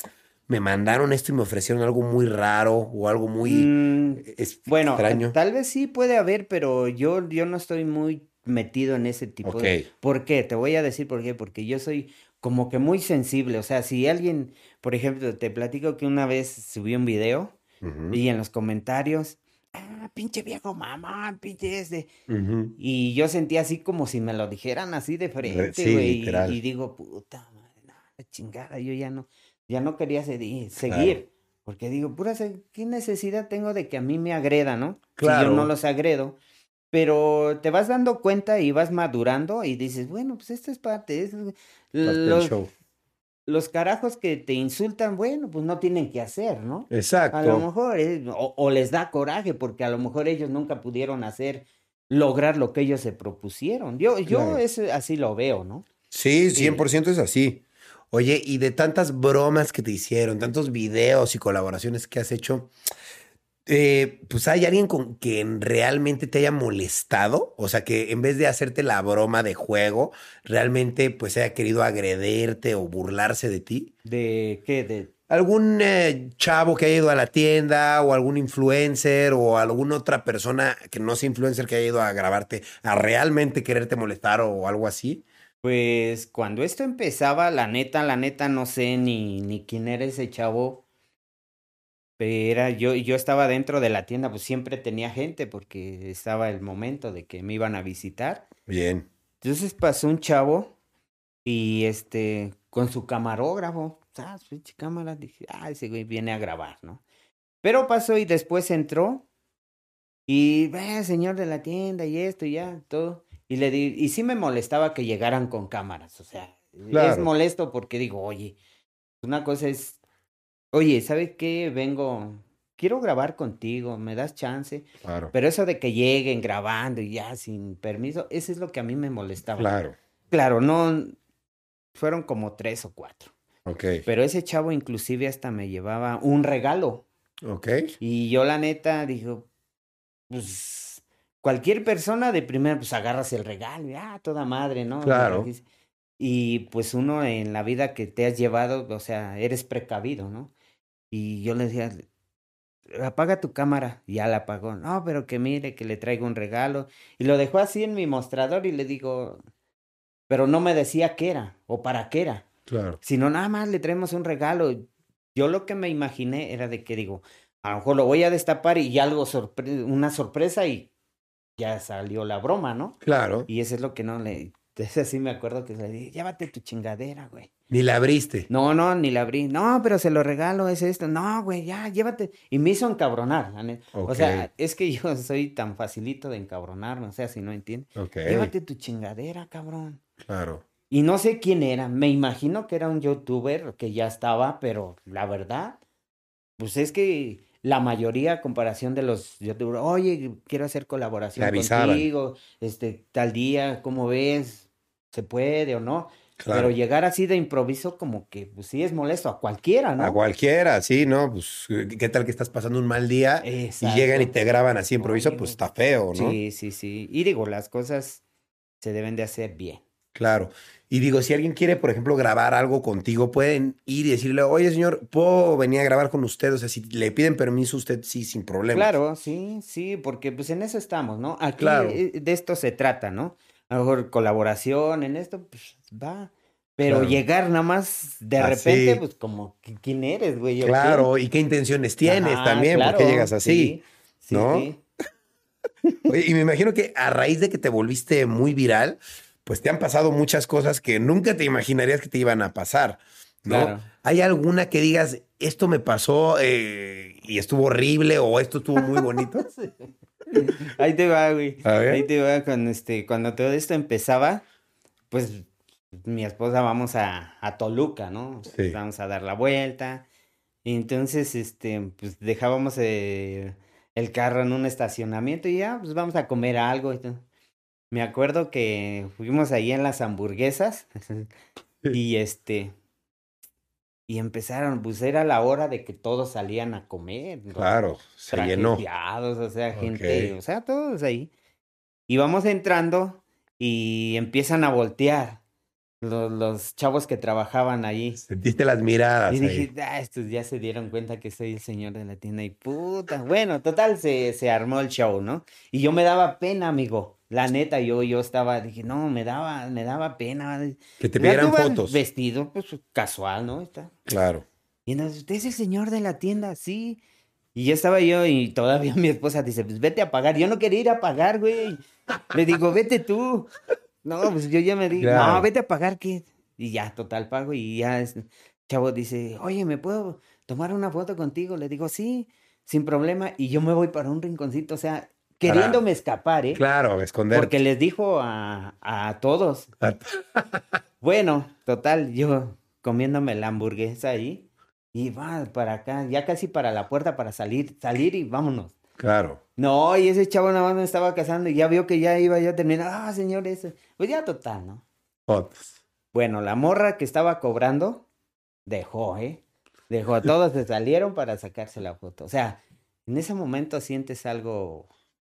me mandaron esto y me ofrecieron algo muy raro o algo muy
Mm,
es-
bueno, eh,
extraño.
tal vez sí puede haber, pero yo, yo no estoy muy metido en ese tipo de...
Ok.
¿Por qué? Te voy a decir por qué, porque yo soy como que muy sensible, o sea, si alguien, por ejemplo, te platico que una vez subí un video
Ujú,
y en los comentarios, ah, pinche viejo mamá, pinche este,
ujú.
y yo sentía así como si me lo dijeran así de frente,
Eh, sí,
güey. y-
literal.
Y, digo, puta madre, no, la chingada, yo ya no, ya no quería seguir,
Claro.
seguir, Porque digo, pura, se- ¿qué necesidad tengo de que a mí me agreda, no? Si
Claro.
yo no los agredo. Pero te vas dando cuenta y vas madurando y dices, bueno, pues esto es parte, es
Parte del
los,
show.
los carajos que te insultan, bueno, pues no tienen que hacer, ¿no?
Exacto.
A lo mejor, eh, o, o les da coraje, porque a lo mejor ellos nunca pudieron hacer, lograr lo que ellos se propusieron. Yo, yo
Claro.
eso así lo veo, ¿no?
Sí,
Sí.
100% es así. Oye, y de tantas bromas que te hicieron, tantos videos y colaboraciones que has hecho, eh, pues hay alguien con quien realmente te haya molestado, o sea, que en vez de hacerte la broma de juego, realmente pues haya querido agrederte o burlarse de ti.
De qué, de...
¿Algún eh, chavo que haya ido a la tienda o algún influencer o alguna otra persona que no sea influencer que haya ido a grabarte, a realmente quererte molestar o algo así?
Pues cuando esto empezaba, la neta, la neta, no sé ni, ni quién era ese chavo. Era, yo, yo estaba dentro de la tienda, pues siempre tenía gente porque estaba el momento de que me iban a visitar.
Bien.
Entonces pasó un chavo y este, con su camarógrafo, ah, su pinche cámara, dije, ah, ese güey viene a grabar, ¿no? Pero pasó y después entró y, ve, señor de la tienda y esto y ya, todo. Y le di, y sí me molestaba que llegaran con cámaras, o sea, es
Claro.
molesto porque digo, oye, una cosa es, oye, ¿sabes qué? Vengo, quiero grabar contigo, ¿me das chance?
Claro.
Pero eso de que lleguen grabando y ya sin permiso, eso es lo que a mí me molestaba.
Claro,
Claro, no fueron como tres o cuatro.
ok,
Pero ese chavo inclusive hasta me llevaba un regalo.
ok,
Y yo la neta digo, pues cualquier persona de primera pues agarras el regalo, y, ah, toda madre, ¿no?
Claro.
Y pues uno en la vida que te has llevado, o sea, eres precavido, ¿no? Y yo le decía, apaga tu cámara. Y ya la apagó. No, pero que mire, que le traigo un regalo. Y lo dejó así en mi mostrador y le digo, pero no me decía qué era o para qué era.
claro,
Sino nada más le traemos un regalo. Yo lo que me imaginé era de que digo, a lo mejor lo voy a destapar y algo, sorpre- una sorpresa y ya salió la broma, ¿no?
claro.
Y eso es lo que no le... Entonces así me acuerdo que le dije, llévate tu chingadera, güey.
Ni la abriste.
No, no, ni la abrí. No, pero se lo regalo, es esto. No, güey, ya, llévate. Y me hizo encabronar. la neta. O sea,
Ok.
es que yo soy tan facilito de encabronarme, o sea, si no entiendes.
Ok,
Llévate tu chingadera, cabrón.
claro.
Y no sé quién era, me imagino que era un youtuber que ya estaba, pero la verdad, pues es que la mayoría a comparación de los youtubers, oye, quiero hacer colaboración
Le avisaban.
contigo, este, tal día, ¿cómo ves? ¿Se puede o no?
Claro.
Pero llegar así de improviso como que pues, sí es molesto a cualquiera, ¿no?
A cualquiera, sí, ¿no? Pues, ¿qué tal que estás pasando un mal día
Exacto.
y llegan y te graban así improviso?
Oye,
Pues
güey.
está feo, ¿no?
Sí, sí, sí. Y digo, las cosas se deben de hacer bien.
Claro. Y digo, si alguien quiere, por ejemplo, grabar algo contigo, pueden ir y decirle, oye, señor, ¿puedo venir a grabar con usted? O sea, si le piden permiso, usted sí, sin problema.
Claro, sí, sí, porque pues en eso estamos, ¿no? Aquí
Claro.
eh, de esto se trata, ¿no? A lo mejor colaboración en esto, pues va. Pero
Claro.
llegar nada más de
Así.
repente, pues como, ¿qui- ¿quién eres, güey? ¿O
Claro, ¿y qué intenciones
quién?
tienes
Ajá,
también? ¿Por qué
claro,
llegas así?
Sí, sí,
¿no?
sí.
Oye, y me imagino que a raíz de que te volviste muy viral, pues te han pasado muchas cosas que nunca te imaginarías que te iban a pasar, ¿no?
Claro.
¿Hay alguna que digas, esto me pasó eh, y estuvo horrible o esto estuvo muy bonito?
Ahí te va, güey.
A ver.
Ahí te va con este, cuando todo esto empezaba, pues mi esposa vamos a, a Toluca, ¿no? Pues,
Sí.
Vamos a dar la vuelta. Y entonces, este, pues dejábamos eh, el carro en un estacionamiento y ya, pues vamos a comer algo. y todo. Me acuerdo que fuimos ahí en las hamburguesas y este, y empezaron, pues era la hora de que todos salían a comer. ¿no?
Claro, se llenó.
trajeteados, o sea, gente,
Ok.
o sea, todos ahí. Y vamos entrando y empiezan a voltear. los, los chavos que trabajaban ahí.
Sentiste las miradas.
Y
ahí.
dije, ah, estos ya se dieron cuenta que soy el señor de la tienda y puta. Bueno, total, se, se armó el show, ¿no? Y yo me daba pena, amigo. La neta, yo, yo estaba, dije, no, me daba, me daba pena.
que te
Ya
pidieran
tú vas
fotos.
Vestido, pues casual, ¿no? Está.
Claro.
Y entonces, usted es el señor de la tienda, sí. Y ya estaba yo y todavía mi esposa dice, pues vete a pagar. Yo no quería ir a pagar, güey. Le digo, vete tú. No, pues yo ya me dije,
Claro.
no, vete a pagar, ¿qué? Y ya, total, pago. Y ya, es- chavo dice, oye, ¿me puedo tomar una foto contigo? Le digo, sí, sin problema. Y yo me voy para un rinconcito, o sea, queriéndome escapar, ¿eh?
Claro, esconder. Ah,
Porque les dijo a, a todos.
A-
Bueno, total, yo comiéndome la hamburguesa ahí y va para acá, ya casi para la puerta para salir, salir y vámonos.
Claro.
No, y ese chavo nada más me estaba casando y ya vio que ya iba ya a terminar. Ah, señor, eso. Pues ya total, ¿no?
Fotos.
Bueno, la morra que estaba cobrando dejó, ¿eh? Dejó, todos se salieron para sacarse la foto. O sea, en ese momento sientes algo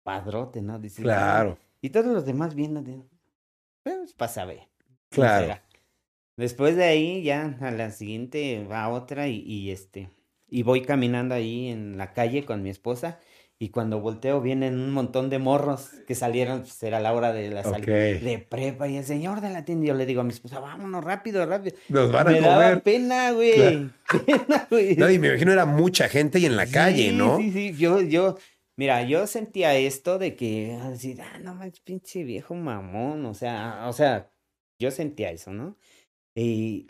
padrote, ¿no? Dices, "Ah,
Claro.
y todos los demás viendo, de- pues pasa a ver.
Claro.
Será. Después de ahí ya a la siguiente va otra y, y este y voy caminando ahí en la calle con mi esposa y cuando volteo vienen un montón de morros que salieron, pues era la hora de la salida
Ok.
de prepa y el señor de la tienda yo le digo a mi esposa, vámonos rápido, rápido.
Nos van a
me daba
comer.
pena, güey.
Claro.
Pena, güey.
No, y me imagino era mucha gente y en la calle,
Sí,
¿no?
Sí, sí, yo, yo, mira, yo sentía esto de que, así, ah, no más pinche viejo mamón, o sea, o sea, yo sentía eso, ¿no? Y,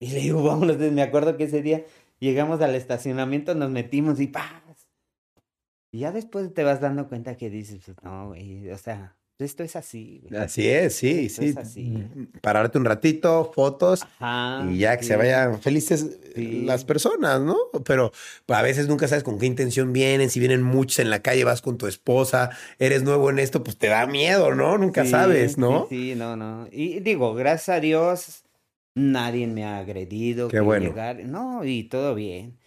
y le digo, vámonos, me acuerdo que ese día llegamos al estacionamiento, nos metimos y ¡paz! Y ya después te vas dando cuenta que dices, pues, no, güey, o sea, esto es así, güey.
Así es, sí,
Eso
sí. Mm,
es así.
Pararte un ratito, fotos
Ajá,
y ya que se
sí.
vayan felices eh,
Sí.
las personas, ¿no? Pero a veces nunca sabes con qué intención vienen. Si vienen muchos en la calle, vas con tu esposa, eres nuevo en esto, pues te da miedo, ¿no? Nunca
Sí,
sabes,
sí,
¿no?
Sí, no, no. Y digo, gracias a Dios, nadie me ha agredido.
Qué
que
bueno.
llegar- No, y todo bien.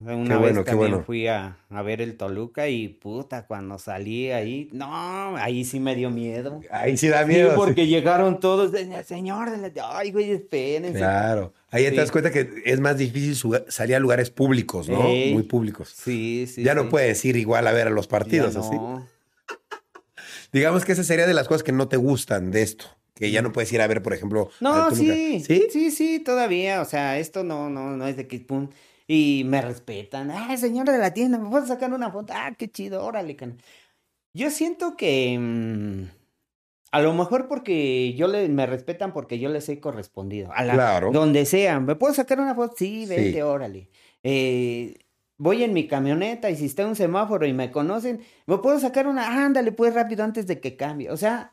Una
Qué
vez
bueno, qué
también
bueno.
fui a, a ver el Toluca y puta, cuando salí ahí, no, ahí sí me dio miedo.
Ahí sí da
Sí,
miedo. sí.
porque llegaron todos, "Señor, señor, de la- ay, güey, espérense.
Claro. Ahí ya te
Sí.
das cuenta que es más difícil su- salir a lugares públicos, ¿no?
Ey.
Muy públicos.
Sí, sí.
ya
sí.
no puedes ir igual a ver a los
Ya
partidos, así.
no.
Digamos que esa sería de las cosas que no te gustan de esto. Que ya no puedes ir a ver, por ejemplo.
No,
al Toluca.
sí,
Ah, sí.
sí, sí, todavía, o sea, esto no, no, no es de que pum, y me respetan, ah, señor de la tienda, me puedo sacar una foto, ah, qué chido, órale, can-". Yo siento que, mm, a lo mejor porque yo le, me respetan porque yo les he correspondido, a la-
Claro.
donde sea, me puedo sacar una foto, sí,
Sí.
vente, órale, Eh, voy en mi camioneta y si está un semáforo y me conocen, me puedo sacar una, ándale, pues rápido antes de que cambie, o sea,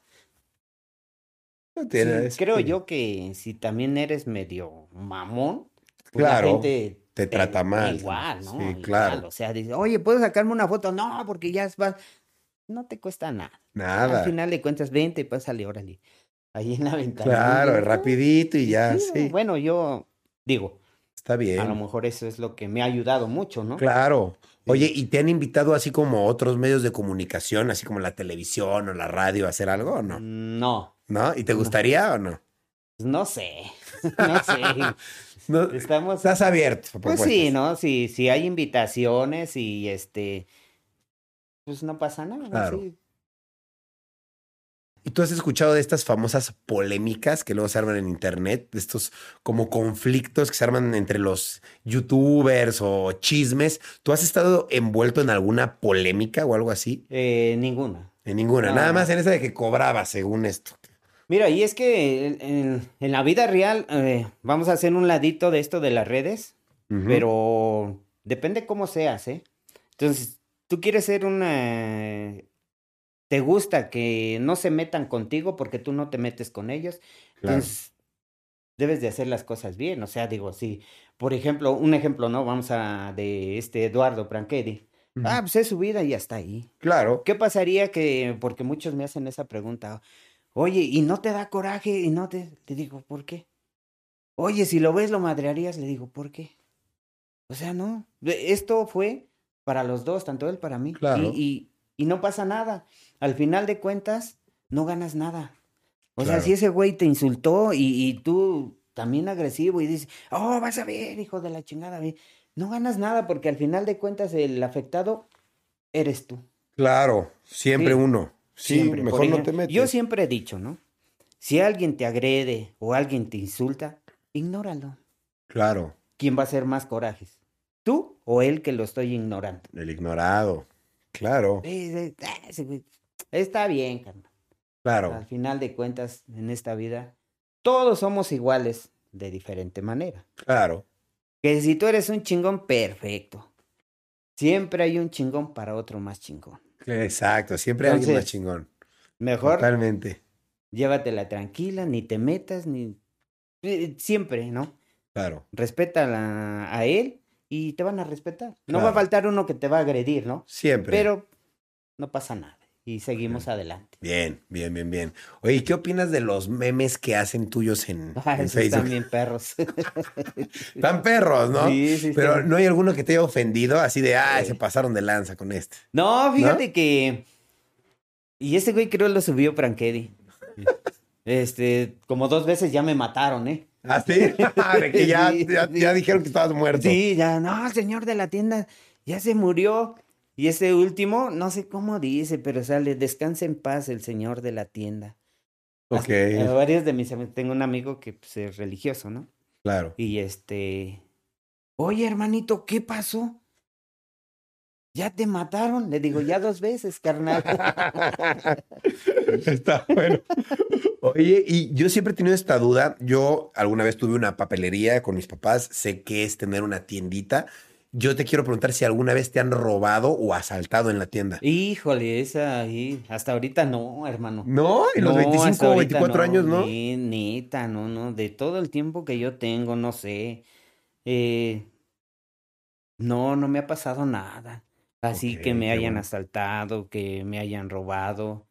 No tiene-
Sí,
es-
creo yo que si también eres medio mamón, pues
Claro,
la gente
te trata mal.
Igual, ¿no?
Sí,
Igual,
claro.
O sea, dice, oye, ¿puedo sacarme una foto? No, porque ya vas. No te cuesta nada. Al
Nada.
final le cuentas, vente, pásale, órale. Ahí en la ventana.
Claro,
Digo,
rapidito y
"Ah,
ya,
chido".
sí.
Bueno, yo digo,
Está
a lo
bien.
mejor eso es lo que me ha ayudado mucho, ¿no?
Claro. Oye, ¿y te han invitado así como otros medios de comunicación, así como la televisión o la radio, a hacer algo o no?
No,
¿No? ¿Y te
Mm. No.
gustaría o no?
no sé. No sé.
No,
Estamos
Estás abierto. a
Pues
propuestas.
sí, ¿no? Si, si hay invitaciones y este, pues no pasa nada.
Claro.
sí.
¿Y tú has escuchado de estas famosas polémicas que luego se arman en internet? De estos como conflictos que se arman entre los youtubers o chismes. ¿Tú has estado envuelto en alguna polémica o algo así?
Eh, ninguna.
En ninguna.
No.
Nada más en esa de que cobraba, según esto.
Mira, y es que en, en- en la vida real, eh, vamos a hacer un ladito de esto de las redes,
Ujú.
pero depende cómo seas, ¿eh? Entonces, tú quieres ser una... Te gusta que no se metan contigo porque tú no te metes con ellos.
Claro.
Entonces, debes de hacer las cosas bien. O sea, digo, sí. Por ejemplo, un ejemplo, ¿no? Vamos a de este Eduardo Branchetti.
Ujú.
Ah, pues es su vida y hasta ahí.
Claro.
¿Qué pasaría que, porque muchos me hacen esa pregunta, oye, ¿y no te da coraje? Y no te, te digo, ¿por qué? Oye, si lo ves, lo madrearías, le digo, ¿por qué? O sea, no, de- esto fue para los dos, tanto él para mí.
Claro.
Y, y, y no pasa nada. Al final de cuentas, no ganas nada. O O sea,
Claro.
si ese güey te insultó y, y tú también agresivo y dices, oh, vas a ver, hijo de la chingada, ve". no ganas nada porque al final de cuentas el afectado eres tú.
Claro,
Sí.
siempre uno. Sí,
Siempre.
mejor
Por
no te
ejemplo,
metes.
Yo siempre he dicho, ¿no? Si alguien te agrede o alguien te insulta, ignóralo.
Claro,
¿Quién va a hacer más corajes? ¿Tú o él que lo estoy ignorando?
el ignorado. Claro,
Eh, eh, ah, ese güey, Está bien, carnal. Al
claro.
final de cuentas, en esta vida, todos somos iguales de diferente manera.
Claro,
Que si tú eres un chingón, perfecto. Siempre hay un chingón para otro más chingón.
exacto. Siempre hay alguien más
Entonces,
chingón.
Mejor
Totalmente.
llévatela tranquila, ni te metas, ni... eh, Siempre, ¿no?
Claro,
Respeta la- a él y te van a respetar. No va
Claro.
a faltar uno que te va a agredir, ¿no?
siempre.
Pero no pasa nada y seguimos adelante.
Bien, bien, bien, bien. Oye, ¿y ¿qué opinas de los memes que hacen tuyos en,
Ah,
en
esos
Facebook?
están bien perros.
Están perros, ¿no?
Sí, sí,
Pero
están-
no hay alguno que te haya ofendido así de, ay,
Sí.
se pasaron de lanza con este.
No, fíjate que. Y ese güey creo lo subió Franketti. Este, como dos veces ya me mataron, ¿eh?
¿Ah, sí? De que ya,
Sí,
ya,
sí.
ya dijeron que estabas muerto.
Sí, ya, no, el señor de la tienda ya se murió. Y ese último, no sé cómo dice, pero sale, descansa en paz el señor de la tienda.
Ok,
Eh, varios de mis amigos, tengo un amigo que pues, es religioso, ¿no?
claro.
Y este, oye hermanito, ¿qué pasó? ¿Ya te mataron? Le digo, ya dos veces, carnal.
Está bueno. Oye, y yo siempre he tenido esta duda. Yo alguna vez tuve una papelería con mis papás. Sé que es tener una tiendita. Yo te quiero preguntar si alguna vez te han robado o asaltado en la tienda.
Híjole, esa ahí, hasta ahorita no, hermano.
No, en los
No,
25
hasta
o
ahorita
24 años, ¿no?
Ni- neta, no, no, de todo el tiempo que yo tengo, no sé. Eh, no, no me ha pasado nada. Así
Ok,
que me
qué
hayan
bueno.
asaltado, que me hayan robado.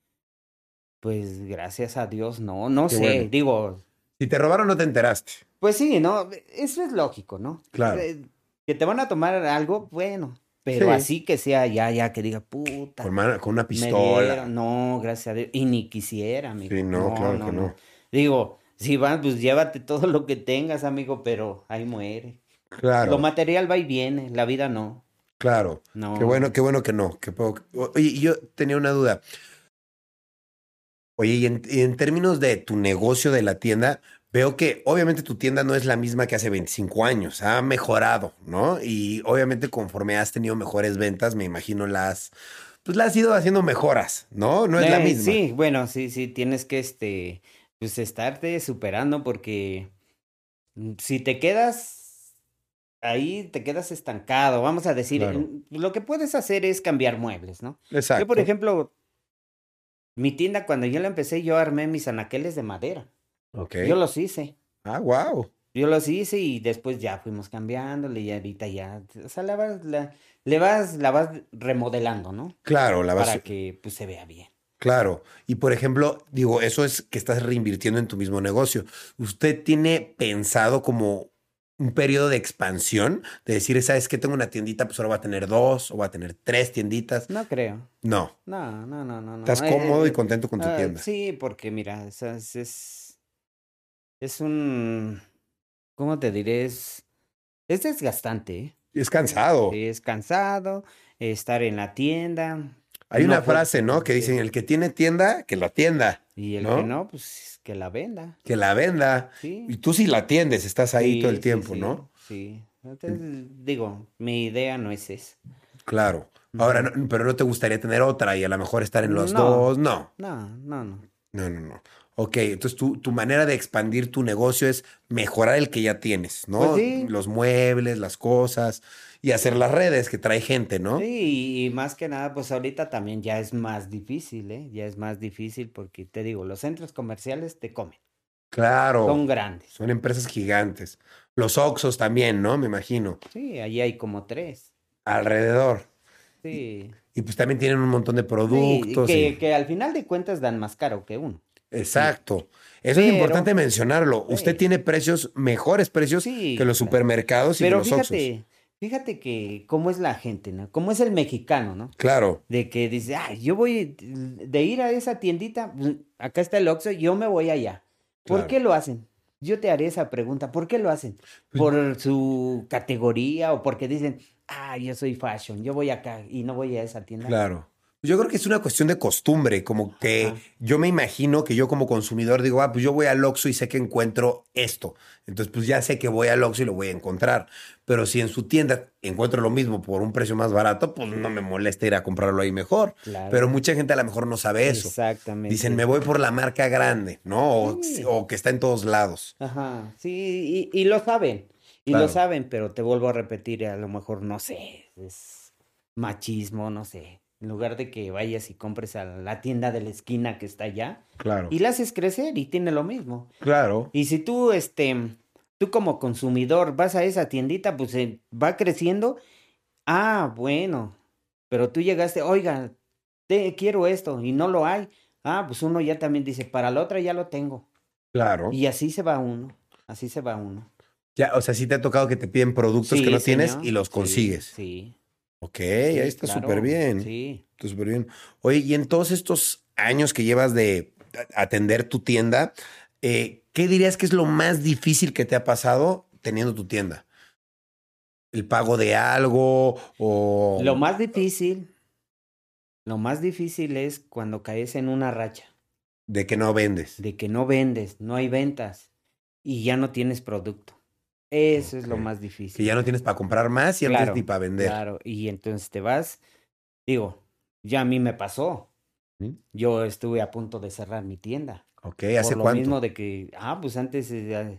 Pues gracias a Dios, no, no
Qué
sé,
bueno.
digo,
Si te robaron, no te enteraste.
pues sí, no, eso es lógico, ¿no?
Claro.
Eh, que te van a tomar algo, bueno, pero
Sí.
así que sea ya, ya que diga, puta.
Con, mano- con una
Me
pistola.
dieron, no, gracias a Dios. Y ni quisiera, amigo.
Sí, no, claro que no.
Digo, si van, pues llévate todo lo que tengas, amigo, pero ahí muere.
Claro.
Lo material va y viene, la vida no.
Claro.
No.
Qué bueno, qué bueno que no. Que poco- Oye, y yo tenía una duda. Oye, y en, y en términos de tu negocio de la tienda, veo que obviamente tu tienda no es la misma que hace 25 años, ha mejorado, ¿no? Y obviamente conforme has tenido mejores ventas, me imagino las, pues las has ido haciendo mejoras, ¿no? No es la
Eh,
misma.
Sí, bueno, sí, sí, tienes que este, pues estarte superando porque mm, si te quedas ahí, te quedas estancado. Vamos a decir,
Claro.
mm, lo que puedes hacer es cambiar muebles, ¿no?
Exacto.
Yo, por ejemplo, mi tienda, cuando yo la empecé, yo armé mis anaqueles de madera.
Ok.
Yo los hice.
Ah, wow.
Yo los hice y después ya fuimos cambiándole y ahorita ya, o sea, la vas, la, le vas, la vas remodelando, ¿no?
Claro, la vas.
Para que pues se vea bien.
Claro. Y por ejemplo, digo, eso es que estás reinvirtiendo en tu mismo negocio. ¿Usted tiene pensado como un periodo de expansión? De decir, ¿sabes qué? Tengo una tiendita, pues ahora va a tener dos o va a tener tres tienditas.
No creo.
No,
No, no, no, no, no.
estás
Eh,
cómodo y
eh,
contento con tu
ah,
tienda.
Sí, porque mira, o sea, es, es, es un, ¿cómo te diré? Es, es desgastante, ¿eh?
Es cansado.
Es cansado, estar en la tienda.
Hay una
no fue-
frase, ¿no? Que
sí.
dicen, el que tiene tienda, que la tienda,
Y el
¿No?
que no, pues que la venda.
que la venda.
Sí.
Y tú sí la atiendes, estás ahí
Sí,
todo el
sí,
tiempo,
sí,
¿no? Mm.
Sí. Entonces, digo, mi idea no es esa.
Claro. Ahora, no- pero no te gustaría tener otra y a lo mejor estar en los
No.
dos. No.
No, no, no.
No, no, no. Ok, entonces tu, tu manera de expandir tu negocio es mejorar el que ya tienes, ¿no?
Pues sí.
Los muebles, las cosas y hacer las redes que trae gente, ¿no?
Sí, y, y más que nada, pues ahorita también ya es más difícil, ¿eh? Ya es más difícil porque te digo, los centros comerciales te comen.
Claro,
Son grandes.
son empresas gigantes. Los Oxos también, ¿no? Me imagino,
Sí, ahí hay como tres.
alrededor.
Sí.
Y pues también tienen un montón de
Sí,
productos.
que,
y-
que al final de cuentas dan más caro que uno.
Exacto. Eso es
Pero-
importante mencionarlo. Usted
Sí.
tiene precios, mejores precios
Sí,
que los
claro.
supermercados y que
Pero
los Oxxos.
fíjate, Fíjate que cómo es la gente, ¿no? Cómo es el mexicano, ¿no?
Claro.
De que dice, ah, yo voy de ir a esa tiendita, pues, acá está el Oxxo, yo me voy allá. ¿Por
Claro.
qué lo hacen? Yo te haré esa pregunta, ¿por qué lo hacen?
Pues
¿Por su categoría o porque dicen, ah, yo soy fashion, yo voy acá y no voy a esa tienda?
Claro. Yo creo que es una cuestión de costumbre, como que
Ajá.
yo me imagino que yo como consumidor digo, ah, pues yo voy al Oxxo y sé que encuentro esto. Entonces, pues ya sé que voy al Oxxo y lo voy a encontrar. Pero si en su tienda encuentro lo mismo por un precio más barato, pues no me molesta ir a comprarlo ahí mejor.
Claro.
Pero mucha gente a lo mejor no sabe eso.
Exactamente.
Dicen, me voy por la marca grande, ¿no? O,
Sí.
o que está en todos lados.
Ajá, sí, y, y lo saben, y
Claro.
lo saben, pero te vuelvo a repetir, a lo mejor, no sé, es machismo, no sé. En lugar de que vayas y compres a la tienda de la esquina que está allá,
Claro.
y la haces crecer y tiene lo mismo.
Claro.
Y si tú, este, tú como consumidor vas a esa tiendita, pues eh, va creciendo. Ah, bueno, pero tú llegaste, oiga, te, quiero esto y no lo hay. Ah, pues uno ya también dice, para la otra ya lo tengo.
Claro.
Y así se va uno, así se va uno.
Ya, o sea, sí te ha tocado que te piden productos
Sí,
que no tienes
señor.
y los
Sí,
consigues.
Sí.
Ok,
sí,
ahí está
claro,
súper bien.
Sí.
Está súper bien. Oye, y en todos estos años que llevas de a- atender tu tienda, eh, ¿qué dirías que es lo más difícil que te ha pasado teniendo tu tienda? ¿El pago de algo o...?
Lo más difícil, lo más difícil es cuando caes en una racha.
De que no vendes.
de que no vendes, no hay ventas y ya no tienes producto. Eso es lo
Ok.
más
Que
difícil.
ya no tienes para comprar más y ya no
Claro,
tienes ni para vender.
Claro, y entonces te vas, digo, ya a mí me pasó.
¿Mm?
Yo estuve a punto de cerrar mi tienda.
Ok, ¿hace
por lo
cuánto?
mismo de que, ah, pues antes, eh, ah,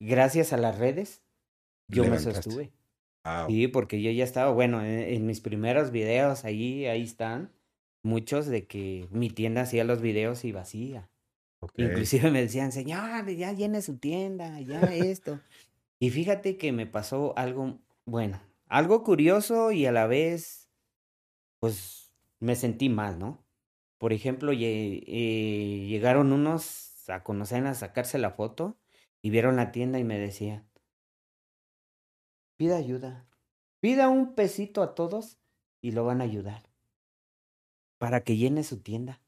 gracias a las redes, yo
Levantaste.
me sostuve.
Wow.
Sí, porque yo ya estaba, bueno, en, en mis primeros videos, ahí, ahí están muchos de que mi tienda hacía los videos y vacía.
ok.
Inclusive me decían, señor, ya llene su tienda, ya esto. y fíjate que me pasó algo, bueno, algo curioso y a la vez, pues me sentí mal, ¿no? Por ejemplo, lle- eh, llegaron unos a conocer, a sacarse la foto y vieron la tienda y me decían, pida ayuda, pida un pesito a todos y lo van a ayudar para que llene su tienda.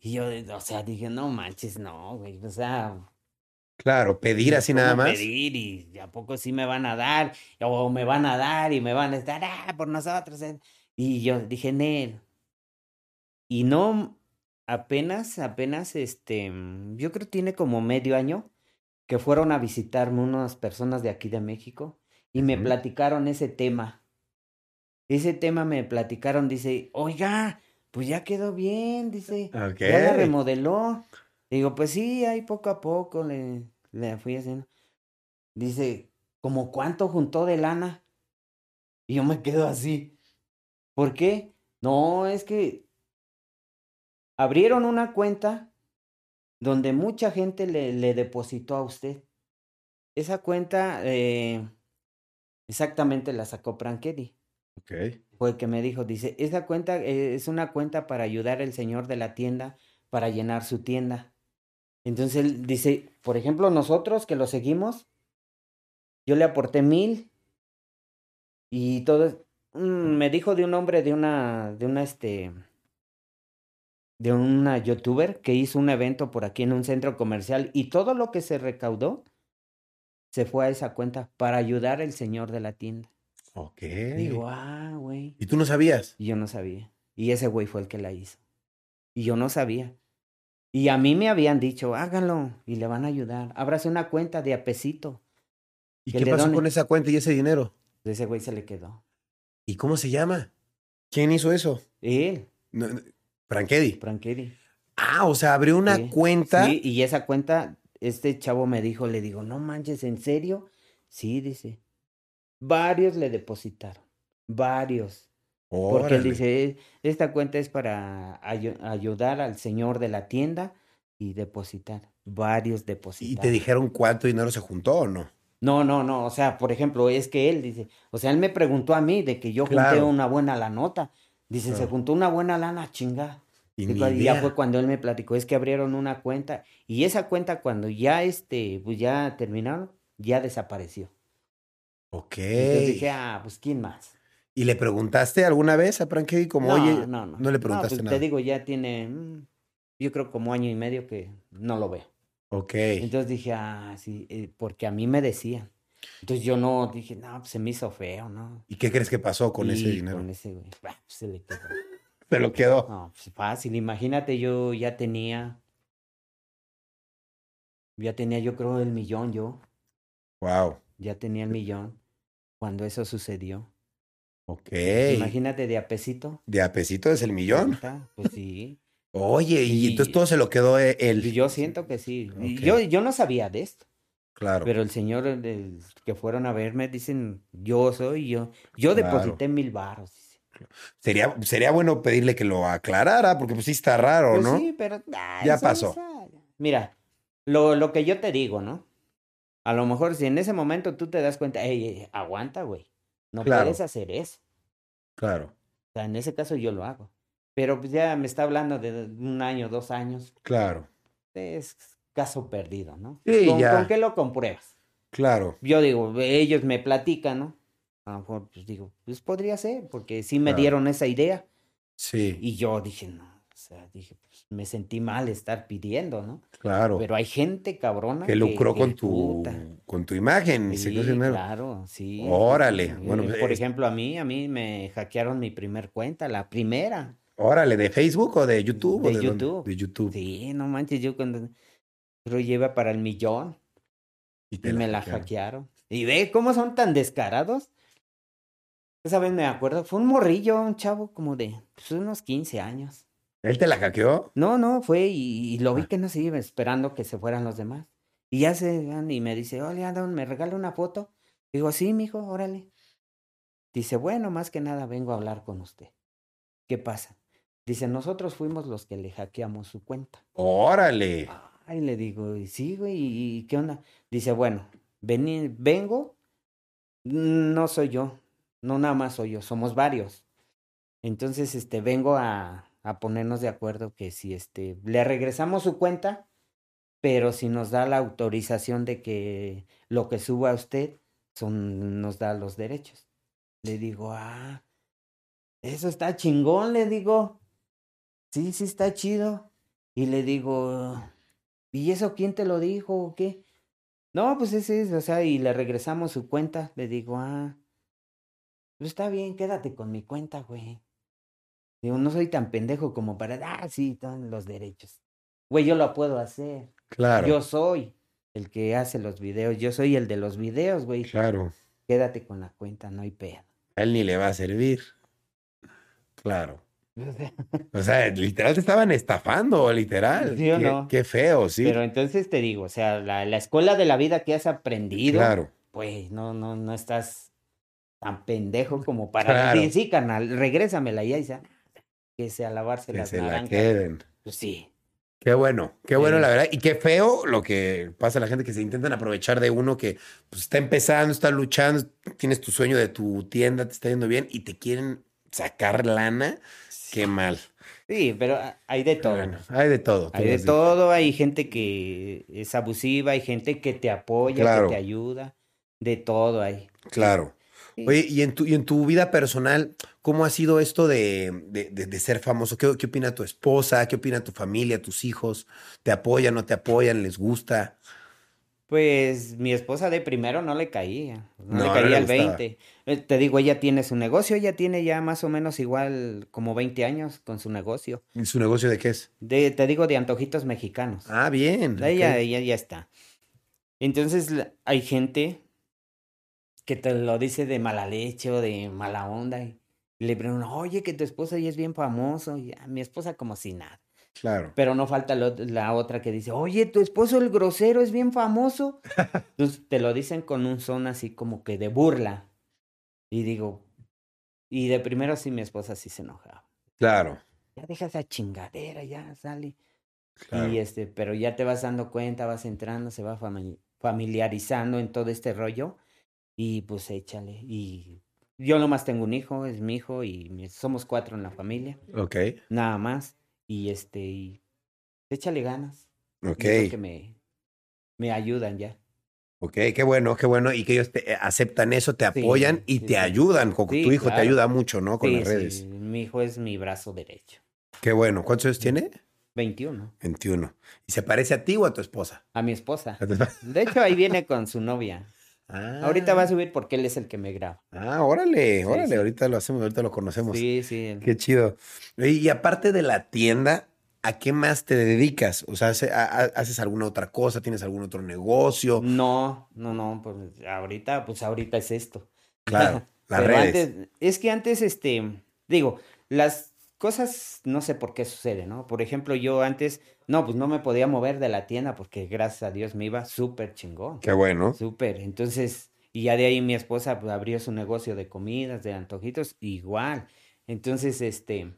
Y yo, de- o sea, dije, no manches, no, güey, o sea...
Claro, pedir así nada
¿cómo
más.
Pedir y ¿a poco sí me van a dar? O me van a dar y me van a estar, ah, por nosotros. eh". Y yo dije, Nel. Y no, apenas, apenas, este, mm, yo creo que tiene como medio año que fueron a visitarme unas personas de aquí de México y me
Ujú.
platicaron ese tema. Ese tema me platicaron, dice, oiga, pues ya quedó bien, dice.
Ok.
Ya la remodeló. Digo, pues sí, ahí poco a poco le, le fui haciendo. Dice, ¿como cuánto juntó de lana? Y yo me quedo así. ¿Por qué? No, es que abrieron una cuenta donde mucha gente le, le depositó a usted. Esa cuenta eh, exactamente la sacó Franchetti
Ok.
fue el que me dijo, dice, esa cuenta eh, es una cuenta para ayudar al señor de la tienda para llenar su tienda. Entonces él dice, por ejemplo, nosotros que lo seguimos, yo le aporté mil y todo, mm, me dijo de un hombre, de una, de una, este, de una youtuber que hizo un evento por aquí en un centro comercial y todo lo que se recaudó se fue a esa cuenta para ayudar al señor de la tienda.
Ok.
Digo, ah, güey.
¿Y tú no sabías?
Y yo no sabía. Y ese güey fue el que la hizo. Y yo no sabía. Y a mí me habían dicho, hágalo y le van a ayudar. Ábrase una cuenta de apesito.
¿Y
que
qué
le
pasó
donen.
con esa cuenta y ese dinero?
Pues Ese güey se le quedó.
¿Y cómo se llama? ¿Quién hizo eso?
Él,
No, no, Franchetti.
Frankelli.
Ah, o sea, abrió una
Sí,
cuenta.
Sí, y esa cuenta, este chavo me dijo, le digo, no manches, ¿en serio? Sí, dice. Varios le depositaron. Varios. Porque él
Órale.
dice, esta cuenta es para ayu- ayudar al señor de la tienda y depositar. Varios
¿Y
depositaron.
te dijeron cuánto dinero se juntó o no?
No, no, no, o sea, por ejemplo, es que él dice, o sea, él me preguntó a mí de que yo junté
Claro.
una buena la nota. Dice, se
Claro.
juntó una buena lana, chinga.
Y
Y,
ni
cua- y ya
idea.
fue cuando él me platicó, es que abrieron una cuenta y esa cuenta cuando ya este, pues ya terminaron, ya desapareció.
Ok.
Entonces dije, ah, pues ¿quién más?
¿Y le preguntaste alguna vez a Frankie como,
no,
oye,
no, no.
no le preguntaste
pues,
nada?
Te digo, ya tiene, mm, yo creo como año y medio que no lo veo.
ok,
Entonces dije, ah, sí, eh, porque a mí me decían. Entonces yo no, dije, no, pues se me hizo feo, ¿no?
¿y qué crees que pasó con ese
Y
dinero?
Con ese, güey, bah, pues, se le quedó.
Te lo quedó.
No, pues fácil, imagínate, yo ya tenía, ya tenía yo creo el millón, yo,
Wow.
ya tenía el millón cuando eso sucedió.
Ok.
Imagínate de apesito.
De apesito es el millón.
ahorita, Pues sí.
Oye, y,
Y-
entonces todo se lo quedó e-
Y
él.
Pues Yo siento que sí. Y
Ok.
Yo, yo no sabía de esto,
claro.
pero el señor el- el que fueron a verme dicen, yo soy yo. Yo
Claro.
deposité mil baros. dice.
Sería, sería bueno pedirle que lo aclarara, porque pues sí está raro,
Pues
¿no?
sí, pero... ah,
Ya
eso
pasó.
es, ah, Mira, lo, lo que yo te digo, ¿no? A lo mejor si en ese momento tú te das cuenta, "Ey, ey, aguanta, güey. No
Claro.
puedes hacer eso.
Claro,
O sea, en ese caso yo lo hago. Pero pues ya me está hablando de un año, dos años.
claro,
Es caso perdido, ¿no?
Sí,
¿Con-
ya.
¿Con qué lo compruebas?
claro.
yo digo, ellos me platican, ¿no? A lo mejor, pues digo, pues podría ser, porque sí me
Claro.
dieron esa idea.
Sí,
Y yo dije, no, o sea, dije, pues me sentí mal estar pidiendo, ¿no?
claro.
Pero hay gente cabrona
que lucró con tu,
puta.
con tu imagen. se
Sí,
quedó sin dinero.
claro, sí.
Órale,
Eh,
bueno, pues,
por
es-
ejemplo, a mí, a mí me hackearon mi primer cuenta, la primera.
Órale, ¿de Facebook o de YouTube? o
De
dónde?
YouTube.
De YouTube.
Sí, no manches, yo cuando creo lleva para el millón
Y te
Y me la
hackearon.
hackearon. Y ve cómo son tan descarados. Esa vez me acuerdo, fue un morrillo, un chavo como de pues, unos 15 años.
¿Él te la hackeó?
No, no, fue y, y lo vi
Ah.
que no se iba esperando que se fueran los demás. Y ya se van y me dice, oye, Adam, ¿me regala una foto? Digo, sí, mijo, órale. Dice, bueno, más que nada vengo a hablar con usted. ¿Qué pasa? Dice, nosotros fuimos los que le hackeamos su cuenta. Ah,
Órale.
Ay, le digo, "Y sí, güey, ¿y qué onda? Dice, bueno, vení- vengo, no soy yo, no nada más soy yo, somos varios. Entonces, este, vengo a, a ponernos de acuerdo que si, este, le regresamos su cuenta, pero si nos da la autorización de que lo que suba a usted son, nos da los derechos. Le digo, ah, eso está chingón, le digo. Sí, sí está chido. Y le digo, ¿y eso quién te lo dijo o qué? No, pues ese es, o sea, y le regresamos su cuenta. Le digo, ah, pues está bien, quédate con mi cuenta, güey. Digo, no soy tan pendejo como para, ah, sí, están los derechos. Güey, yo lo puedo hacer.
Claro.
Yo soy el que hace los videos, yo soy el de los videos, güey.
Claro.
Quédate con la cuenta, no hay pedo.
A él ni le va a servir. Claro. O sea, literal te estaban estafando, literal.
¿Sí o
qué,
no?
qué feo, sí.
Pero entonces te digo, o sea, la, la escuela de la vida que has aprendido,
claro.
pues no, no, no estás tan pendejo como para
Claro.
decir, sí, carnal, regrésamela ya", y ya, que sea lavarse
Que
las
se la
naranjas.
queden.
Pues sí,
Qué bueno, qué bueno
Sí.
la verdad. Y qué feo lo que pasa a la gente que se intentan aprovechar de uno que pues, está empezando, está luchando, tienes tu sueño de tu tienda, te está yendo bien y te quieren sacar lana. Qué mal.
sí, pero ah, hay de todo.
Bueno, hay de todo. tú
Hay
lo
de
has dicho.
todo, hay gente que es abusiva, hay gente que te apoya,
Claro.
que te ayuda, de todo hay.
Claro.
Sí.
Oye, y en tu, y en tu vida personal, ¿cómo ha sido esto de, de- de- de ser famoso? ¿Qué, qué opina tu esposa? ¿Qué opina tu familia, tus hijos? ¿Te apoyan, no te apoyan? ¿Les gusta?
Pues mi esposa de primero no le caía, no,
No, no
le caía
le
al
gustaba.
20. Eh, Te digo, ella tiene su negocio, ella tiene ya más o menos igual como 20 años con su negocio.
¿Y su negocio de qué es?
De, te digo, de antojitos mexicanos.
Ah, bien. ok.
Ella, ella ya está. Entonces la- hay gente que te lo dice de mala leche o de mala onda y le preguntan, oye, que tu esposa ya es bien famoso. Y "Ah, mi esposa como si nada.
Claro.
Pero no falta lo- la otra que dice, oye, tu esposo el grosero es bien famoso. Entonces te lo dicen con un son así como que de burla. Y digo, y de primero sí mi esposa sí se enojaba.
Claro.
Ya deja esa chingadera, ya sale.
claro.
Y este, pero ya te vas dando cuenta, vas entrando, se va famili- familiarizando en todo este rollo. Y pues échale. Y yo nomás tengo un hijo, es mi hijo, y mi- somos cuatro en la familia,
Ok.
nada más. Y este, y échale ganas.
Ok.
Yo creo que me, me ayudan ya.
Ok, qué bueno, qué bueno. Y que ellos te eh, aceptan eso, te
Sí,
apoyan y
sí,
te
sí.
ayudan. Coco.
Sí,
tu hijo te
claro.
ayuda mucho, ¿no? Con
Sí,
las redes.
sí, mi hijo es mi brazo derecho.
Qué bueno. ¿Cuántos años tiene?
21.
21. ¿Y se parece a ti o a tu esposa?
A mi esposa. De hecho, ahí viene con su novia.
Ah.
Ahorita va a subir porque él es el que me graba.
Ah, órale,
Sí,
órale.
sí.
Ahorita lo hacemos, ahorita lo conocemos.
Sí, sí. él-
Qué chido. Oye, Y aparte de la tienda, ¿a qué más te dedicas? O sea, ¿hace- a- a- ¿haces alguna otra cosa? ¿Tienes algún otro negocio?
Mm, No, no, no, pues ahorita, pues ahorita es esto.
Claro, las
Pero
redes.
antes, es que antes, este, digo, las cosas no sé por qué sucede, ¿no? Por ejemplo, yo antes, no, pues no me podía mover de la tienda porque gracias a Dios me iba súper chingón.
Qué bueno.
Súper. Entonces, y ya de ahí mi esposa pues, abrió su negocio de comidas, de antojitos, igual. Entonces, este,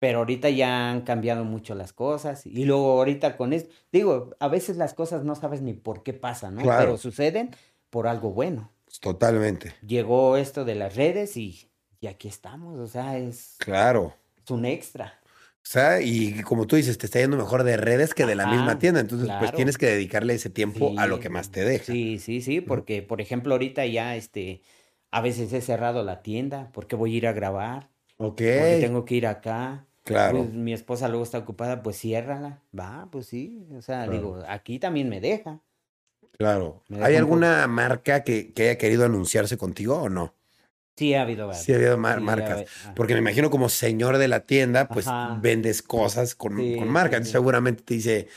pero ahorita ya han cambiado mucho las cosas. Y luego ahorita con esto, digo, a veces las cosas no sabes ni por qué pasan, ¿no?
Claro.
Pero suceden por algo bueno.
Totalmente.
Llegó esto de las redes y, y aquí estamos. O sea, es,
Claro.
es un extra.
O sea, y como tú dices, te está yendo mejor de redes que de la
Ajá,
misma tienda. Entonces, pues
claro.
tienes que dedicarle ese tiempo a lo
Sí,
que más te deja.
Sí, sí, sí, porque por ejemplo ahorita ya este a veces he cerrado la tienda porque voy a ir a grabar,
Ok.
porque tengo que ir acá.
Claro.
Pues, mi esposa luego está ocupada, pues ciérrala. Va, pues sí, o sea,
Claro.
digo, aquí también me deja.
Claro.
Me
¿Hay
deja un poco-
alguna marca que, que haya querido anunciarse contigo o no?
Sí ha habido
Sí, ha habido mar-
Pues, sí,
marcas.
ha- ah,
Porque me imagino como señor de la tienda, pues
Ajá.
vendes cosas con,
Sí,
con marca.
sí,
Entonces,
sí.
seguramente te dice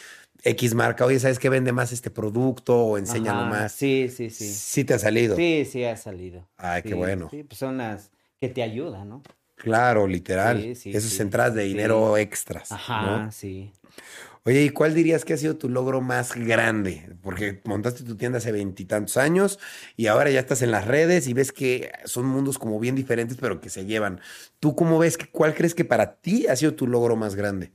X marca, oye, ¿sabes qué vende más este producto o enséñalo
ajá,
más?
Sí, sí,
Sí.
sí.
te ha salido.
Sí, sí ha salido.
Ay, qué
Sí,
bueno.
Sí, pues son las que te ayudan, ¿no?
Claro, literal.
Sí, sí,
Esas
sí,
entradas de
sí.
dinero extras. ¿no?
Ajá, sí.
Oye, ¿y cuál dirías que ha sido tu logro más grande? Porque montaste tu tienda hace veintitantos años y ahora ya estás en las redes y ves que son mundos como bien diferentes, pero que se llevan. ¿Tú cómo ves? que- ¿Cuál crees que para ti ha sido tu logro más grande?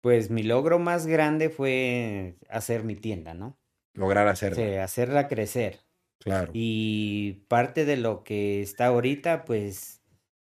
Pues mi logro más grande fue hacer mi tienda, ¿no?
Lograr
O
hacerlo.
sea, hacerla crecer.
Claro.
Y parte de lo que está ahorita, pues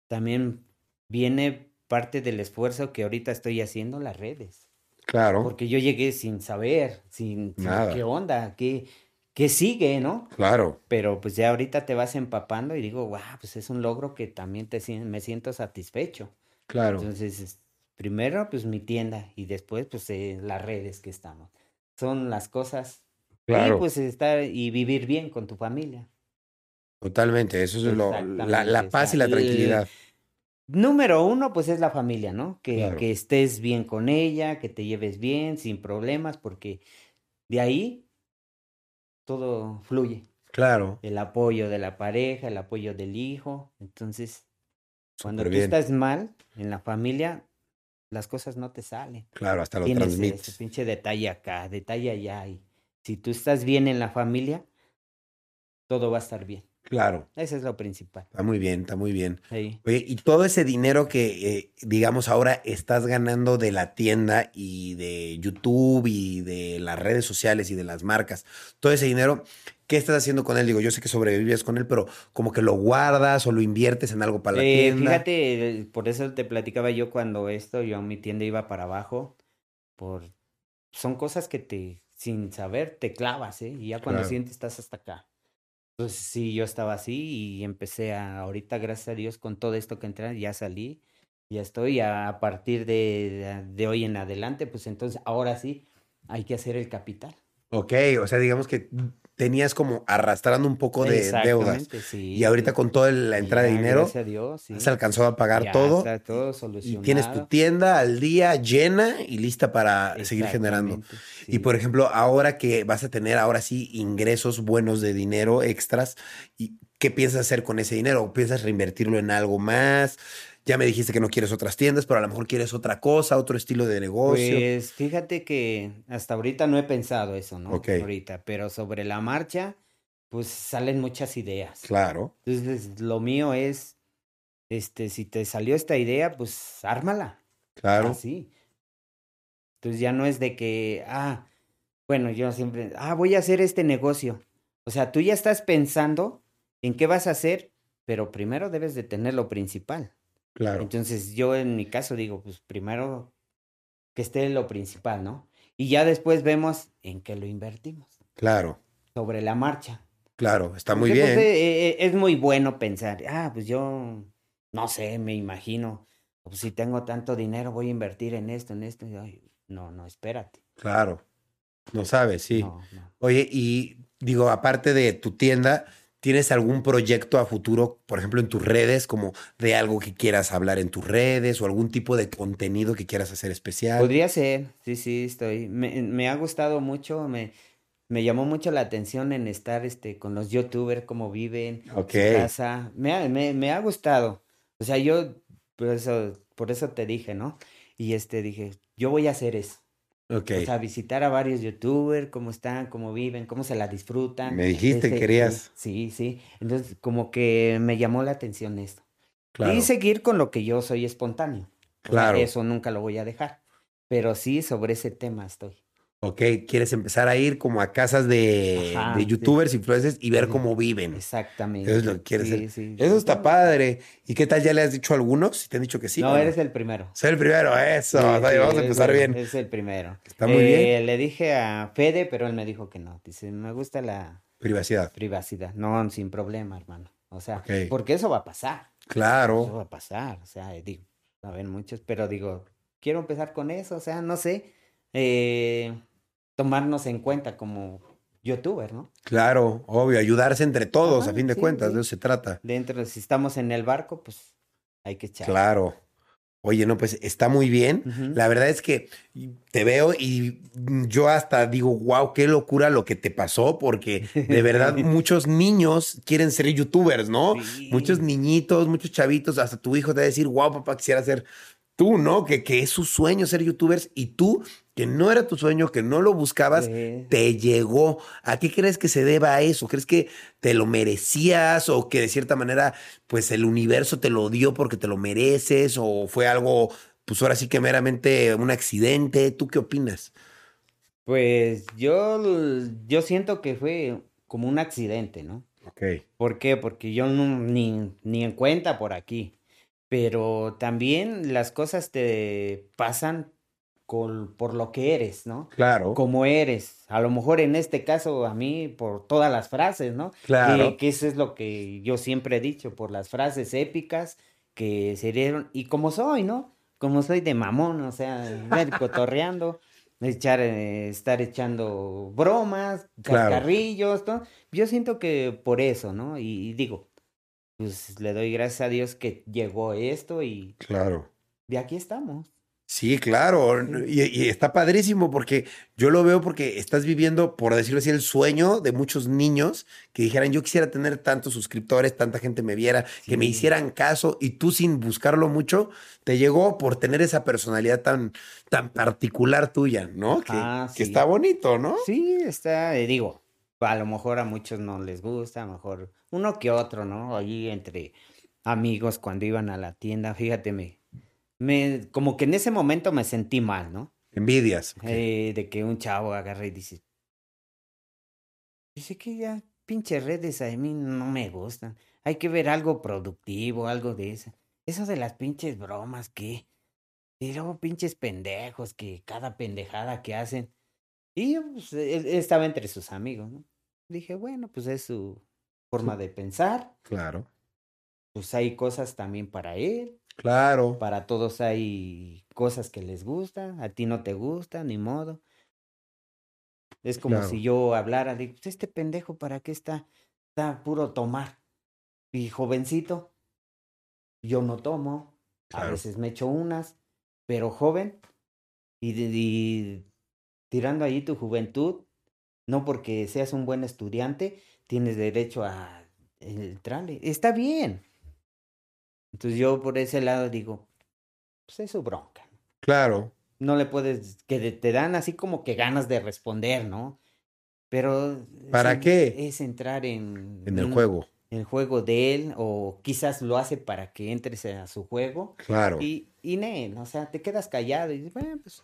también viene parte del esfuerzo que ahorita estoy haciendo en las redes.
Claro,
Porque yo llegué sin saber, sin, sin
Oh. Nada.
qué onda, qué, qué sigue, ¿no?
claro.
Pero pues ya ahorita te vas empapando y digo, wow, pues es un logro que también te, sien- me siento satisfecho.
Claro.
Entonces, es- primero pues mi tienda y después pues eh, las redes que estamos. Son las cosas.
Claro.
Y pues estar y vivir bien con tu familia.
Totalmente. Eso es lo, la, la
Exactamente, o
paz y
sea,
la
el-
tranquilidad.
Número uno, pues es la familia, ¿no? Que,
Claro.
que estés bien con ella, que te lleves bien, sin problemas, porque de ahí todo fluye.
Claro.
El apoyo de la pareja, el apoyo del hijo. Entonces, cuando tú
Superbién.
estás mal en la familia, las cosas no te salen.
Claro, hasta lo
Tienes ese
transmites.
pinche detalle acá, detalle allá. Y si tú estás bien en la familia, todo va a estar bien.
Claro.
Eso es lo principal.
Está muy bien, está muy bien.
Sí.
Oye, y todo ese dinero que, eh, digamos, ahora estás ganando de la tienda y de YouTube y de las redes sociales y de las marcas, todo ese dinero, ¿qué estás haciendo con él? Digo, yo sé que sobrevives con él, pero como que lo guardas o lo inviertes en algo para la
Eh,
tienda.
fíjate, eh, por eso te platicaba yo cuando esto, yo a mi tienda iba para abajo, por son cosas que te, sin saber, te clavas, ¿eh? Y ya cuando
Claro.
sientes estás hasta acá. Entonces sí, yo estaba así y empecé a, ahorita, gracias a Dios, con todo esto que entré, ya salí, ya estoy, a, a partir de, de hoy en adelante, pues entonces ahora sí hay que hacer el capital.
Ok, o sea, digamos que tenías como arrastrando un poco de deudas.
Exactamente, sí,
Y ahorita
sí.
con toda la entrada de
Ya,
dinero,
Gracias a Dios, sí.
has alcanzado a pagar
Ya
todo.
está todo
Y tienes tu
solucionado.
tienda al día llena y lista para seguir generando.
Exactamente,
Y
sí.
por ejemplo, ahora que vas a tener ahora sí ingresos buenos de dinero extras, ¿y ¿qué piensas hacer con ese dinero? ¿Piensas reinvertirlo en algo más? Ya me dijiste que no quieres otras tiendas, pero a lo mejor quieres otra cosa, otro estilo de negocio.
Pues fíjate que hasta ahorita no he pensado eso, ¿no?
Ok.
Ahorita, pero sobre la marcha, pues salen muchas ideas.
claro,
Entonces, lo mío es, este, si te salió esta idea, pues ármala.
claro.
Así. Entonces ya no es de que, ah, bueno, yo siempre, ah, voy a hacer este negocio. O sea, tú ya estás pensando en qué vas a hacer, pero primero debes de tener lo principal.
claro.
Entonces yo en mi caso digo, pues primero que esté lo principal, ¿no? Y ya después vemos en qué lo invertimos.
Claro.
sobre la marcha.
Claro, está muy
Porque,
bien.
pues, eh, eh, es muy bueno pensar, ah, pues yo, no sé, me imagino, pues, si tengo tanto dinero voy a invertir en esto, en esto. y, ay, no, no, espérate.
Claro. No sabes, sí.
No, no.
Oye, y digo, aparte de tu tienda, ¿tienes algún proyecto a futuro, por ejemplo, en tus redes, como de algo que quieras hablar en tus redes o algún tipo de contenido que quieras hacer especial?
Podría ser, sí, sí, estoy. Me, me ha gustado mucho, me, me llamó mucho la atención en estar este, con los youtubers, cómo viven,
Ok.
su casa. Me ha, me, me ha gustado. O sea, yo, por eso, por eso te dije, ¿no? Y este, dije, yo voy a hacer eso.
Ok.
O sea, visitar a varios youtubers, cómo están, cómo viven, cómo se la disfrutan.
Me dijiste que
Este,
querías.
Sí, sí. Entonces, como que me llamó la atención esto.
Claro.
Y seguir con lo que yo soy espontáneo. O sea,
Claro.
eso nunca lo voy a dejar. Pero sí, sobre ese tema estoy.
Ok, quieres empezar a ir como a casas de,
Ajá,
de
sí.
youtubers, influencers y ver
Ujú.
cómo viven.
Exactamente.
Eso es lo que quieres
Sí,
hacer.
sí.
Eso está padre. ¿Y qué tal ya le has dicho a algunos? Si te han dicho que sí. o
no,
no?
eres el primero.
Soy el primero, eso.
Sí,
Oye,
sí,
vamos a
es
empezar
el-
bien.
Es el primero.
Está muy
Eh,
bien.
Le dije a Fede, pero él me dijo que no. Dice, me gusta la
Privacidad.
privacidad. No, sin problema, hermano. O sea,
Ok. Oh.
porque eso va a pasar. Eso
Claro.
va a pasar. O sea, eh, digo, va a haber muchos, pero digo, quiero empezar con eso. O sea, no sé, eh, tomarnos en cuenta como youtuber, ¿no?
Claro, obvio, ayudarse entre todos, a
Ajá,
fin de
sí,
cuentas,
sí.
de eso se trata.
Dentro, si estamos en el barco, pues hay que echar.
Claro. Oye, no, pues está muy bien.
Ujú.
La verdad es que te veo y yo hasta digo, wow, qué locura lo que te pasó, porque de verdad muchos niños quieren ser youtubers, ¿no?
Sí.
Muchos niñitos, muchos chavitos, hasta tu hijo te va a decir, wow, papá, quisiera ser tú, ¿no? Que, que es su sueño ser youtubers y tú, que no era tu sueño, que no lo buscabas,
Sí.
te llegó. ¿A qué crees que se deba a eso? ¿Crees que te lo merecías o que de cierta manera, pues el universo te lo dio porque te lo mereces o fue algo, pues ahora sí que meramente un accidente? ¿Tú qué opinas?
Pues yo, yo siento que fue como un accidente, ¿no?
Ok,
¿Por qué? Porque yo no, ni, ni en cuenta por aquí. Pero también las cosas te pasan col- por lo que eres, ¿no?
claro.
Como eres. A lo mejor en este caso a mí por todas las frases, ¿no?
Claro.
Que, que eso es lo que yo siempre he dicho, por las frases épicas que se dieron. Y como soy, ¿no? Como soy de mamón, o sea, ver, cotorreando, echar, eh, estar echando bromas,
Claro.
carrillos, todo. Yo siento que por eso, ¿no? Y, y digo, pues le doy gracias a Dios que llegó esto y
Claro.
de aquí estamos.
Sí, claro. Y, y está padrísimo porque yo lo veo porque estás viviendo, por decirlo así, el sueño de muchos niños que dijeran, yo quisiera tener tantos suscriptores, tanta gente me viera, que me
Sí.
hicieran caso y tú sin buscarlo mucho, te llegó por tener esa personalidad tan, tan particular tuya, ¿no? Que,
Ah,
que
sí.
está bonito, ¿no?
Sí, está, eh, digo, a lo mejor a muchos no les gusta, a lo mejor uno que otro, ¿no? Allí entre amigos cuando iban a la tienda, fíjate, me, me, como que en ese momento me sentí mal, ¿no?
Envidias. ok.
Eh, de que un chavo agarre y dice, dice que ya pinche redes a mí no me gustan, hay que ver algo productivo, algo de eso. Eso de las pinches bromas, ¿qué? Y luego pinches pendejos, que cada pendejada que hacen. Y yo, pues, él- él estaba entre sus amigos, ¿no? Dije, bueno, pues es su forma de pensar.
Claro.
Pues hay cosas también para él.
Claro.
Para todos hay cosas que les gustan. A ti no te gusta, ni modo. Es como
Claro.
si yo hablara de, "Pues, este pendejo, ¿para qué está? Está puro tomar. Y jovencito, yo no tomo. A
Claro.
veces me echo unas, pero joven. Y, de- y tirando ahí tu juventud, no porque seas un buen estudiante, tienes derecho a entrarle. Está bien. Entonces yo por ese lado digo, pues es su bronca.
Claro.
No le puedes, que de- te dan así como que ganas de responder, ¿no? Pero... es
¿Para
en-
qué?
Es entrar en...
En el
en-
juego.
En el juego de él, o quizás lo hace para que entres a su juego.
Claro.
Y, y nen, o sea, te quedas callado y dices, bueno, pues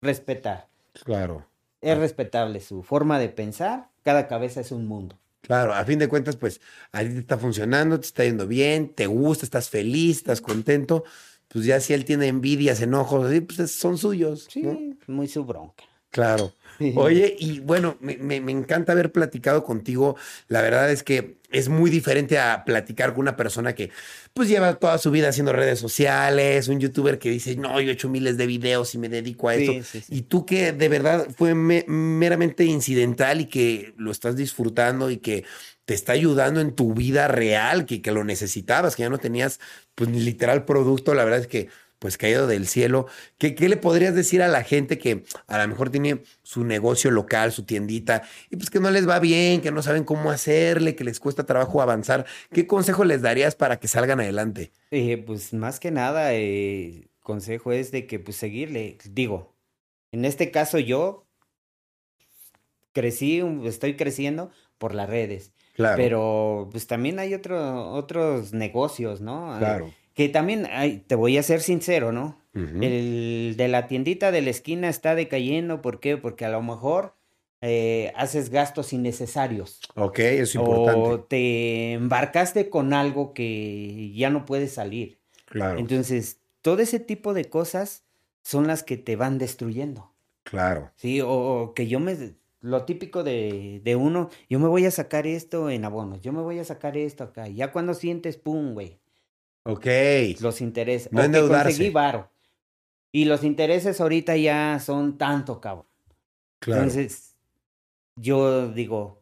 respetar.
Claro.
Es respetable su forma de pensar. Cada cabeza es un mundo.
Claro, a fin de cuentas, pues a ti te está funcionando, te está yendo bien, te gusta, estás feliz, estás contento. Pues ya si él tiene envidias, enojos, así, pues es- son suyos.
Sí,
¿no?
muy su bronca.
Claro. Oye, y bueno, me, me- me encanta haber platicado contigo. La verdad es que es muy diferente a platicar con una persona que pues lleva toda su vida haciendo redes sociales, un youtuber que dice, no, yo he hecho miles de videos y me dedico a
Sí,
esto.
sí, sí.
Y tú que de verdad fue me- meramente incidental y que lo estás disfrutando y que te está ayudando en tu vida real, que, que lo necesitabas, que ya no tenías pues ni literal producto, la verdad es que pues caído del cielo. ¿Qué, ¿Qué le podrías decir a la gente que a lo mejor tiene su negocio local, su tiendita, y pues que no les va bien, que no saben cómo hacerle, que les cuesta trabajo avanzar? ¿Qué consejo les darías para que salgan adelante?
Eh, pues más que nada, eh, consejo es de que pues seguirle. Digo, en este caso yo crecí, un- estoy creciendo por las redes,
Claro,
pero pues también hay otro, otros negocios, ¿no? Eh,
claro.
que también, ay, te voy a ser sincero, ¿no?
Ujú.
eh, El de la tiendita de la esquina está decayendo, ¿por qué? Porque a lo mejor eh, haces gastos innecesarios.
Ok, es
O
importante.
te embarcaste con algo que ya no puedes salir.
Claro,
Entonces, todo ese tipo de cosas son las que te van destruyendo.
claro.
Sí, o, o que yo me. Lo típico de, de uno, yo me voy a sacar esto en abonos, yo me voy a sacar esto acá. Ya cuando sientes, pum, güey,
Ok.
los intereses.
No
o que
endeudarse.
conseguí varo. Y los intereses ahorita ya son tanto, cabrón.
Claro.
Entonces, yo digo,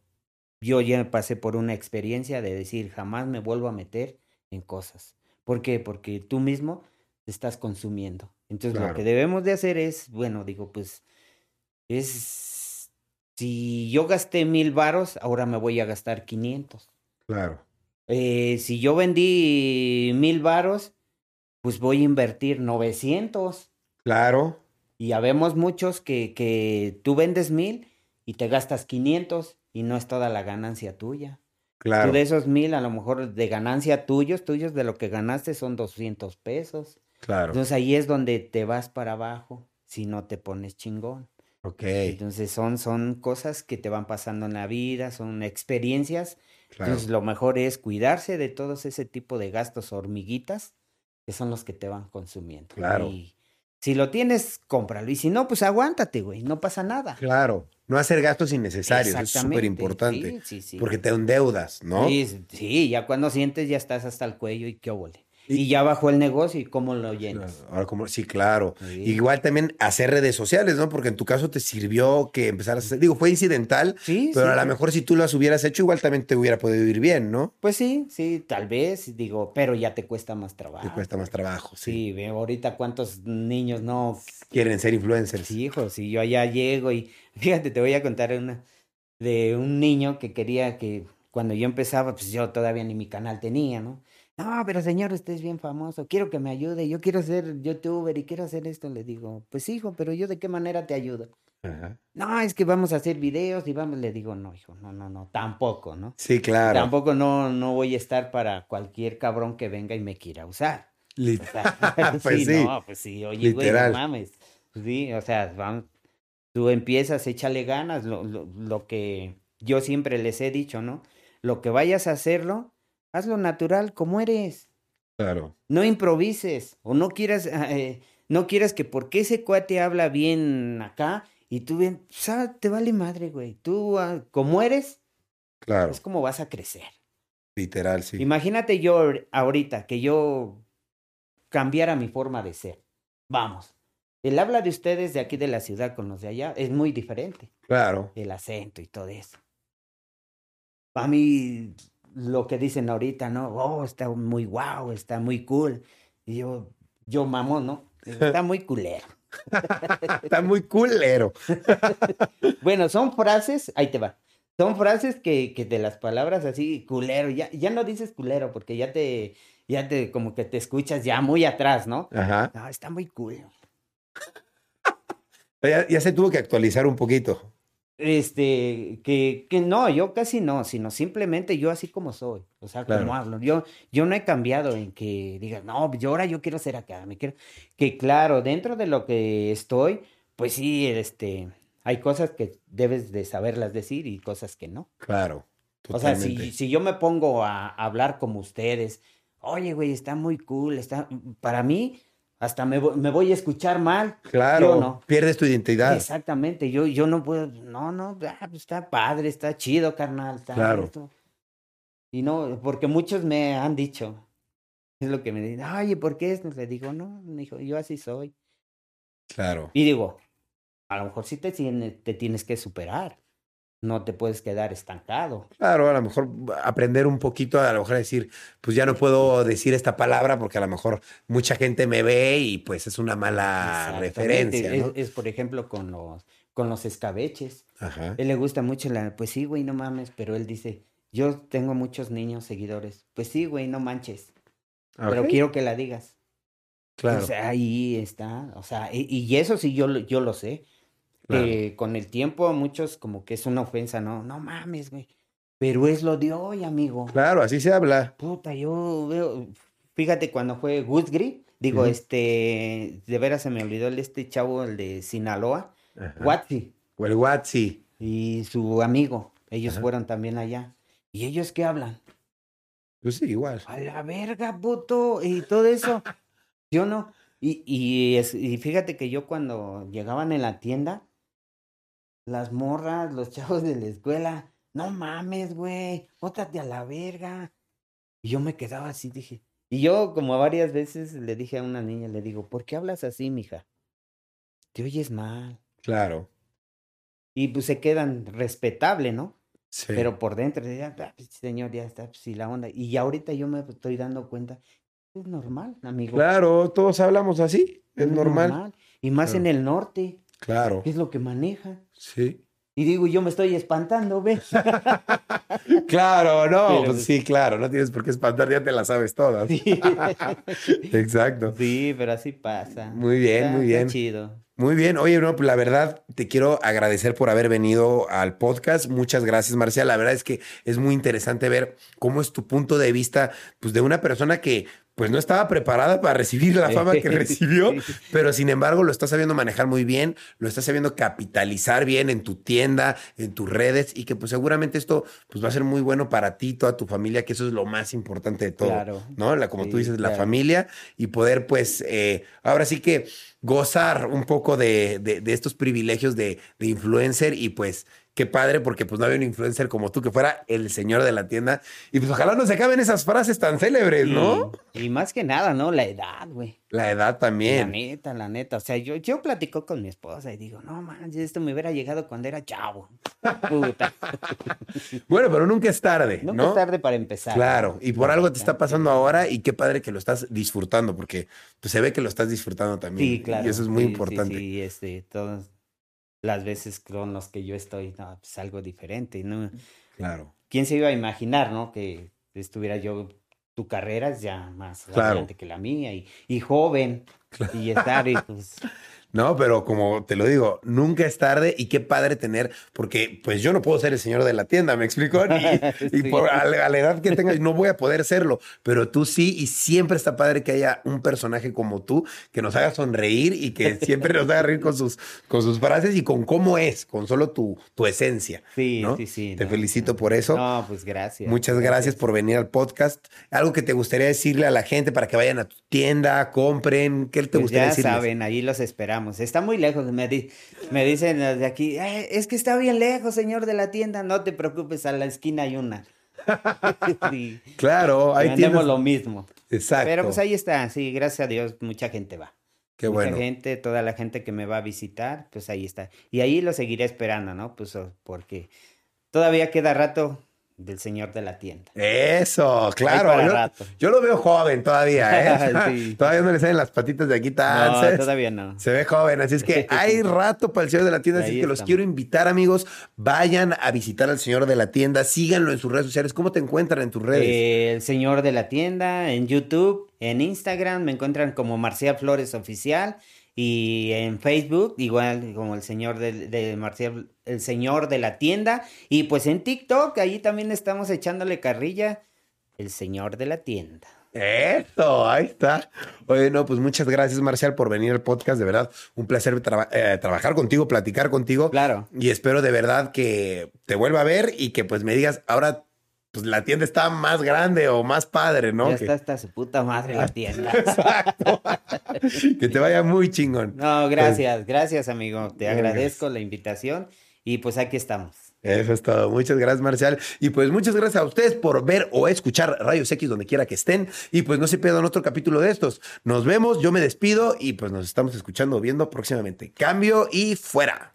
yo ya pasé por una experiencia de decir, jamás me vuelvo a meter en cosas. ¿Por qué? Porque tú mismo te estás consumiendo. Entonces, lo
Claro.
que debemos de hacer es, bueno, digo, pues, es, si yo gasté mil varos, ahora me voy a gastar 500.
Claro,
Eh, si yo vendí mil varos, pues voy a invertir 900.
claro,
Y habemos muchos que, que tú vendes mil y te gastas 500 y no es toda la ganancia tuya.
claro.
Tú de esos mil, a lo mejor de ganancia tuyos, tuyos de lo que ganaste son 200 pesos.
Claro.
Entonces ahí es donde te vas para abajo si no te pones chingón.
ok.
Entonces son, son cosas que te van pasando en la vida, son experiencias.
Claro.
Entonces lo mejor es cuidarse de todos ese tipo de gastos hormiguitas que son los que te van consumiendo.
Claro.
Y si lo tienes, cómpralo. Y si no, pues aguántate, güey. No pasa nada.
claro. No hacer gastos innecesarios. Es súper importante.
Sí, sí, sí.
Porque te endeudas, ¿no?
Sí, sí, ya cuando sientes ya estás hasta el cuello y qué óvole.
Y-
Y, ya bajó el negocio y cómo lo llenas.
Claro, Ahora como, sí, claro.
Sí.
Igual también hacer redes sociales, ¿no? Porque en tu caso te sirvió que empezaras a hacer, digo, fue incidental,
Sí,
pero
sí.
a lo mejor si tú las hubieras hecho, igual también te hubiera podido ir bien, ¿no?
Pues sí, sí, tal vez, digo, pero ya te cuesta más trabajo.
Te cuesta más trabajo, sí.
Sí, ve ahorita cuántos niños no
Quieren ser influencers.
Sí, hijo, si yo allá llego y fíjate, te voy a contar una de un niño que quería que cuando yo empezaba, pues yo todavía ni mi canal tenía, ¿no? No, pero señor, usted es bien famoso, quiero que me ayude, yo quiero ser youtuber y quiero hacer esto. Le digo, pues hijo, pero yo de qué manera te ayudo.
Ajá.
No, es que vamos a hacer videos y vamos, le digo, no, hijo, no, no, no, tampoco, ¿no?
Sí, claro.
Tampoco no, no voy a estar para cualquier cabrón que venga y me quiera usar.
Lit-
O sea,
Pues
sí,
sí,
no, pues sí, oye, güey,
literal.
no mames. Sí, o sea, vamos, tú empiezas, échale ganas, lo, lo, lo que yo siempre les he dicho, ¿no? Lo que vayas a hacerlo, hazlo natural, como eres.
Claro,
No improvises o no quieras, ah, eh, no quieras que porque ese cuate habla bien acá y tú bien, o sea, te vale madre, güey. Tú, ah, como eres,
claro.
es como vas a crecer.
Literal, sí.
Imagínate yo ahor- ahorita que yo cambiara mi forma de ser. Vamos. El habla de ustedes de aquí de la ciudad con los de allá es muy diferente.
Claro,
El acento y todo eso. Para mí, lo que dicen ahorita, ¿no? Oh, está muy guau, está muy cool. Y yo, yo mamón, ¿no? Está muy culero.
está muy culero.
Bueno, son frases, ahí te va. Son frases que, que de las palabras así, culero, ya, ya no dices culero porque ya te, ya te, como que te escuchas ya muy atrás, ¿no?
Ajá.
No, está muy cool.
Ya, ya se tuvo que actualizar un poquito.
Este, que, que no, yo casi no, sino simplemente yo así como soy, o sea,
Claro.
como hablo. Yo, yo no he cambiado en que digas, no, yo ahora yo quiero ser acá, me quiero. Que claro, dentro de lo que estoy, pues sí, este, hay cosas que debes de saberlas decir y cosas que no.
Claro,
O sea,
totalmente.
si, si yo me pongo a hablar como ustedes, oye, güey, está muy cool, está... Para mí, hasta me, vo- me voy a escuchar mal.
Claro,
Yo no.
pierdes tu identidad.
Exactamente, yo, yo no puedo, no, no, ah, pues, está padre, está chido, carnal, está
Claro.
esto. Y no, porque muchos me han dicho, es lo que me dicen, oye, ¿por qué es? Le digo, no, me dijo, yo así soy.
Claro,
Y digo, a lo mejor sí te, tiene- te tienes que superar, no te puedes quedar estancado.
claro, a lo mejor aprender un poquito, a lo mejor decir, pues ya no puedo decir esta palabra porque a lo mejor mucha gente me ve y pues es una mala
Exactamente,
referencia,
es,
¿no?
es, por ejemplo con los, con los escabeches.
Ajá.
Él le gusta mucho la, pues sí, güey, no mames, pero él dice, yo tengo muchos niños seguidores, pues sí, güey, no manches, pero
Ok,
quiero que la digas.
claro,
O sea, ahí está, o sea, y, y eso sí yo, lo- yo lo sé,
claro.
que con el tiempo a muchos como que es una ofensa, no, no mames, güey, pero es lo de hoy, amigo.
Claro, así se habla.
Puta, yo veo, fíjate cuando fue Guzgri, digo,
Ujú.
este, de veras se me olvidó el este chavo, el de Sinaloa,
Ajá.
Watsi,
O el Watsi.
y su amigo, ellos
Ajá.
fueron también allá. ¿Y ellos qué hablan?
Pues sí, igual.
A la verga, puto, y todo eso. Yo no. Y, y, es- y fíjate que yo cuando llegaban en la tienda, las morras, los chavos de la escuela, no mames, güey, bótate a la verga. Y yo me quedaba así, dije. Y yo, como varias veces, le dije a una niña, le digo, ¿por qué hablas así, mija? Te oyes mal.
Claro.
Y pues se quedan respetable, ¿no?
Sí.
Pero por dentro, ya, "Ah, pues, señor, ya está, pues, sí, la onda. Y ya ahorita yo me estoy dando cuenta, es normal, amigo.
claro, todos hablamos así. Es normal.
Y más
Claro.
en el norte,
Claro.
que es lo que maneja.
Sí.
Y digo, yo me estoy espantando, ¿ves?
Claro, no.
Pero-
pues sí, claro. No tienes por qué espantar, ya te la sabes todas.
Sí.
Exacto.
Sí, pero así pasa.
Muy bien,
Está-
muy
está
bien.
chido.
Muy bien. Oye, no, pues la verdad te quiero agradecer por haber venido al podcast. Muchas gracias, Marcia. La verdad es que es muy interesante ver cómo es tu punto de vista, pues de una persona que pues no estaba preparada para recibir la fama que recibió,
Sí.
pero sin embargo lo estás sabiendo manejar muy bien, lo estás sabiendo capitalizar bien en tu tienda, en tus redes y que pues seguramente esto pues va a ser muy bueno para ti, toda tu familia, que eso es lo más importante de todo.
Claro.
¿no? La, como tú
Sí,
dices, la
claro.
familia y poder, pues, eh, ahora sí que gozar un poco de, de- de estos privilegios de, de influencer y pues qué padre porque pues no había un influencer como tú que fuera el señor de la tienda y pues ojalá no se acaben esas frases tan célebres, Eh, ¿no?
Y, y más que nada, ¿no? La edad, güey.
La edad
La
también.
neta, la neta. O sea, yo, yo platico con mi esposa y digo, no manches, esto me hubiera llegado cuando era chavo. Puta.
Bueno, pero nunca es tarde,
Nunca
¿no?
es tarde para empezar.
Claro, y por
La
algo
neta.
te está pasando ahora y qué padre que lo estás disfrutando porque pues, se ve que lo estás disfrutando también.
Sí, claro.
Y eso es muy
sí, sí,
importante.
Sí, este, todas las veces con los que yo estoy, no, pues algo diferente, ¿no?
Claro.
¿Quién se iba a imaginar, no? Que estuviera yo, tu carrera es ya más
Claro.
adelante que la mía y, y joven y estar y pues
No, pero como te lo digo, nunca es tarde y qué padre tener, porque pues yo no puedo ser el señor de la tienda, ¿me explico? Y, y
Sí.
por- a, la a la edad que tengas no voy a poder serlo, pero tú sí y siempre está padre que haya un personaje como tú que nos haga sonreír y que siempre nos haga reír con sus, con sus frases y con cómo es, con solo tu, tu esencia.
sí,
¿no?
sí, sí.
Te
no,
felicito
no.
por eso.
No, pues gracias.
Muchas gracias por venir al podcast. Algo que te gustaría decirle a la gente para que vayan a tu tienda, compren, ¿qué te
Pues
gustaría
ya
decirles?
saben, ahí los esperamos. Está muy lejos, me, di- me dicen los de aquí, "Ay, es que está bien lejos, señor de la tienda, no te preocupes, a la esquina hay una. Sí,
Claro, ahí
vendemos
tienes.
lo mismo.
Exacto.
Pero pues ahí está, sí, gracias a Dios, mucha gente va.
Qué
mucha
bueno.
gente, toda la gente que me va a visitar, pues ahí está. Y ahí lo seguiré esperando, ¿no? Pues oh, porque todavía queda rato del señor de la tienda.
Eso, claro.
para
Yo,
rato.
yo lo veo joven todavía, ¿eh?
Sí.
Todavía no le salen las patitas de aquí tan.
No,
se-
todavía no.
Se ve joven, así es que hay rato para el señor de la tienda, así
Ahí
es que los
estamos.
quiero invitar, amigos. Vayan a visitar al señor de la tienda, síganlo en sus redes sociales. ¿Cómo te encuentran en tus redes?
Eh, el señor de la tienda, en YouTube, en Instagram, me encuentran como Marcial Flores Oficial y en Facebook, igual como el señor de, de Marcial, el señor de la tienda. Y pues en TikTok, ahí también estamos echándole carrilla, el señor de la tienda.
Eso, ahí está. Oye, no, pues muchas gracias, Marcial, por venir al podcast. De verdad, un placer traba- eh, trabajar contigo, platicar contigo.
Claro.
Y espero de verdad que te vuelva a ver y que pues me digas, ahora pues la tienda está más grande o más padre, ¿no? Ah.
Ya
Que-
está hasta su puta madre la tienda.
Exacto. que te vaya muy chingón.
No,
Pues,
gracias, gracias, amigo. Te
No,
agradezco la invitación y pues aquí estamos.
Eso es todo. Muchas gracias, Marcial. Y pues muchas gracias a ustedes por ver o escuchar Rayos X donde quiera que estén. Y pues no se pierdan otro capítulo de estos. Nos vemos, yo me despido y pues nos estamos escuchando o viendo próximamente. Cambio y fuera.